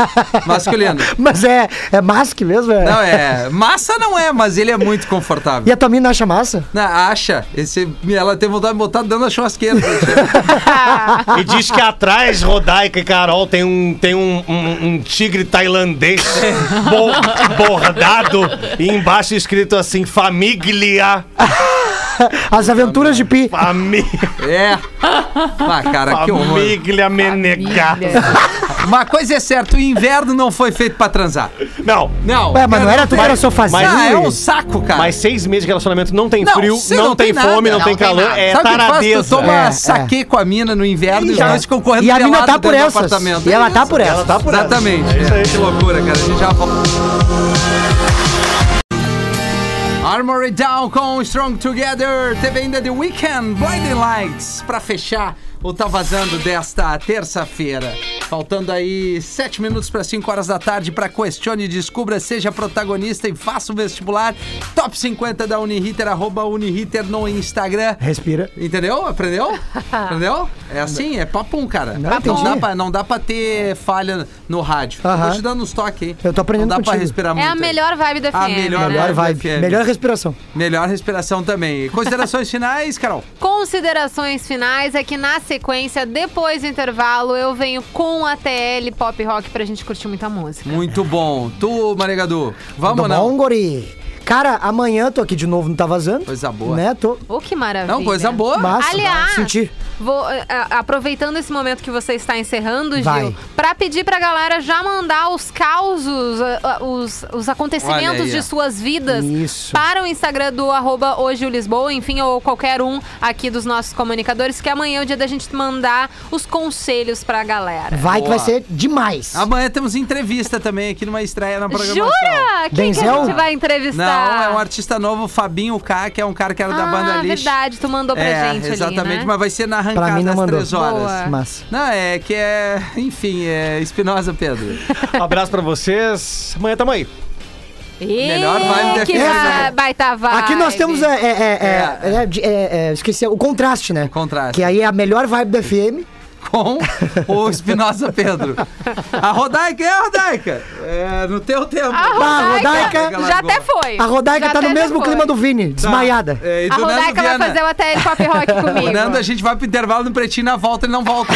S4: masculino. masculino.
S5: Mas é, é masque mesmo? É.
S4: Não, é. Massa não é, mas ele é muito confortável.
S5: E a tua mina acha massa?
S4: Não, acha. Esse, ela tem vontade de botar dando a churrasqueira.
S6: E diz que atrás, Rodaica e Carol, tem um, tem um, um- um tigre tailandês bo- bordado e embaixo escrito assim, família,
S5: As aventuras de
S4: (laughs)
S5: Pi.
S6: fami,
S4: é. Ah, cara, que horror.
S6: família meneca.
S4: Uma coisa é certa, o inverno não foi feito pra transar.
S6: Não,
S4: Não.
S5: Ué, mas não era tu
S4: tu
S5: que era sofazinho?
S6: mas-
S4: Ah, é um
S5: e-
S4: saco, cara.
S6: mas seis meses de relacionamento não tem
S4: Não,
S6: frio,
S4: você
S6: não,
S4: não
S6: tem,
S4: tem nada.
S6: fome, não,
S7: Não
S6: tem
S7: tem
S6: calor,
S7: nada.
S6: é
S4: Sabe o que faz? Tu
S6: taradeza.
S4: toma
S5: É,
S4: saquê com a mina no inverno e os
S5: É.
S4: dois ficam correndo
S5: E a mina
S4: pelado
S5: tá por
S4: dentro do
S5: essas.
S4: apartamento. É
S5: E ela tá por essas.
S6: tá por
S4: Exatamente.
S6: essa. É isso
S4: É,
S6: aí.
S4: Que loucura, cara. A gente já volta. Armory Down com Strong Together. Teve ainda The Weekend Blinding Lights pra fechar o Tá Vazando desta terça-feira. Faltando aí sete minutos para 5 horas da tarde para Questione e Descubra, seja protagonista e faça o vestibular. Top 50 da Uniriter, arroba Uniriter no Instagram.
S5: Respira.
S3: (laughs)
S4: Entendeu? Aprendeu? Entendeu? É assim, é papum, cara.
S5: Não,
S4: Não,
S5: entendi.
S4: dá pra, não dá pra ter falha no rádio. Eu Vou
S5: Aham.
S4: te dando uns toques aí.
S5: Eu tô aprendendo
S4: Não dá pra
S5: contigo.
S4: respirar
S3: É
S4: muito.
S3: a
S4: aí.
S3: melhor vibe da FM.
S4: A melhor
S3: né?
S4: vibe.
S5: Melhor vibe.
S4: FM.
S5: Melhor respiração.
S4: Melhor respiração também. Considerações (laughs) finais, Carol?
S3: Considerações finais é que na sequência, depois do intervalo, eu venho com a TL Pop Rock pra gente curtir muita música.
S4: Muito bom. Tu, Maregadu, vamos
S5: Tudo
S4: ou não?
S5: bom, guri? Cara, amanhã eu tô aqui de novo, não tá vazando.
S4: Coisa boa.
S5: Né? Tô...
S3: Oh, que maravilha.
S4: Não, coisa boa.
S5: Massa,
S3: Aliás,
S5: senti.
S3: vou, eh, a- aproveitando esse momento que você está encerrando, Gil,
S5: Vai.
S3: pra pedir pra galera já mandar os causos, ah, ah, os, os
S4: Olha
S3: acontecimentos
S4: aí, ó.
S3: de suas vidas
S5: Isso.
S3: para o Instagram do arroba hoje o Lisboa, enfim, ou qualquer um aqui dos nossos comunicadores, que amanhã é o dia da gente mandar os conselhos pra galera.
S5: Vai que
S4: Boa.
S5: vai ser demais.
S4: Amanhã temos entrevista também aqui numa estreia na programação.
S3: Jura? Quem que a
S5: Denzel?
S3: gente vai entrevistar?
S4: Não, é um artista novo, Fabinho K, que é um cara que era da banda
S3: Ah,
S4: Lixo.
S3: verdade, tu mandou pra
S4: é,
S3: gente
S4: exatamente,
S3: ali, né?
S4: mas vai ser na arrancada
S5: Pra mim não
S4: às
S5: mandou.
S4: três horas.
S3: Boa.
S5: Massa.
S4: Não, é que é, enfim, é Espinosa Pedro.
S6: Um abraço pra vocês. Amanhã tamo aí.
S3: Ih,
S4: Melhor vibe da
S3: que
S4: FM,
S3: ba-
S4: né?
S3: baita vibe.
S5: Aqui nós temos é, é, é, é, é, de- é, é, esqueci o contraste, né?
S4: Contraste.
S5: Que aí é a melhor vibe do FM.
S4: com o Espinosa Pedro. A Rodaica é a Rodaica. É, no teu tempo.
S3: A Rodaica,
S5: Rodaica
S3: já até foi.
S5: A Rodaica
S3: Já
S5: tá no
S3: até já
S5: mesmo
S3: foi.
S5: clima do Vini, desmaiada.
S4: É, e
S3: A
S4: do Nando
S3: Rodaica vai
S4: Viana.
S3: fazer o ATL Pop Rock comigo.
S4: (laughs) O Nando, a gente vai pro intervalo no pretinho na volta, ele
S3: (laughs)
S4: não volta.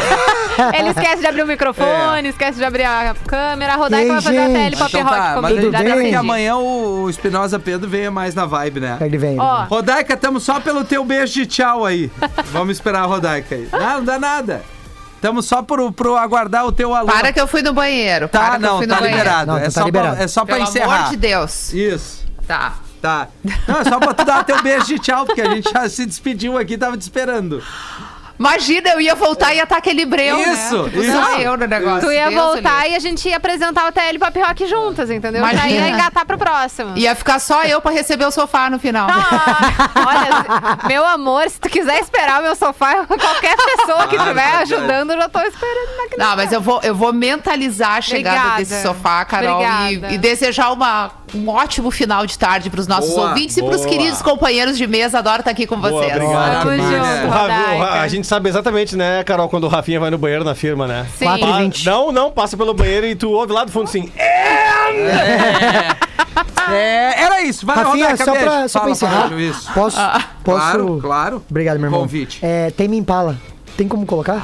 S3: Ele esquece de abrir o microfone, esquece de abrir a câmera. A Rodaica
S5: Ei,
S3: vai fazer
S5: gente.
S3: a TL Pop
S4: É. então
S3: Rock
S4: tá, mas a
S3: comigo.
S4: gente
S3: Já
S5: tudo
S4: espera
S5: bem?
S4: que
S3: decidi.
S4: amanhã o Espinosa Pedro venha mais na vibe, né?
S5: Ele vem. ele
S3: Ó,
S5: vem.
S4: Rodaica, tamo só pelo teu beijo de tchau aí. Vamos esperar a Rodaica aí. Não, não dá nada. Tamo só pro, pro aguardar o teu aluno.
S7: Para que eu fui no banheiro.
S4: Tá,
S7: para que eu
S4: não,
S7: fui
S4: tá
S7: no banheiro.
S4: liberado.
S5: Não,
S4: é,
S5: tá
S4: só
S5: liberado.
S4: Pra, é só pra
S7: Pelo
S4: encerrar.
S7: amor de Deus.
S4: Isso.
S7: Tá.
S4: Tá. Não, é só pra tu dar teu beijo de tchau, porque a gente já se despediu aqui, tava te esperando.
S7: Imagina, eu ia voltar e ia estar aquele breu,
S4: Isso,
S7: né? Tipo,
S4: isso.
S7: só eu no negócio.
S3: Tu ia
S7: Deus é
S3: voltar
S7: ali.
S3: e a gente ia apresentar o TL Pop Rock juntas, entendeu? Já
S7: Imagina.
S3: ia engatar pro próximo.
S7: Ia ficar só eu pra receber o sofá no final.
S4: Tá,
S3: Ah, olha, se- meu amor, se tu quiser esperar o meu sofá, qualquer pessoa que
S4: Claro,
S3: estiver
S4: verdade.
S3: ajudando, eu já tô esperando na
S7: Não, mas eu vou, eu vou mentalizar a chegada
S3: Obrigada.
S7: desse sofá, Carol,
S3: Obrigada.
S7: e, e desejar uma, um ótimo final de tarde para os nossos
S4: Boa,
S7: ouvintes e para os
S6: boa.
S7: queridos companheiros de mesa. Adoro estar aqui com vocês.
S6: obrigado.
S3: Tamo
S4: Maravilha.
S6: O
S3: junto,
S6: Ra- o
S3: Rodaica.
S6: Ra- a gente sabe exatamente, né, Carol, quando o Rafinha vai no banheiro na firma, né?
S3: Sim.
S5: Quatro
S6: Pa-
S5: e vinte.
S6: Não, não, passa pelo banheiro e tu ouve lá do fundo assim. "É".
S4: É, era isso. Vai,
S5: Rafinha,
S4: Rodaica,
S5: só
S4: beijo.
S5: pra, só pra
S4: Fala,
S5: encerrar,
S4: Fábio, isso.
S5: posso, posso...
S4: Claro, claro. É,
S5: Obrigado, meu irmão.
S4: Convite.
S5: É, tem me impala. Tem como colocar?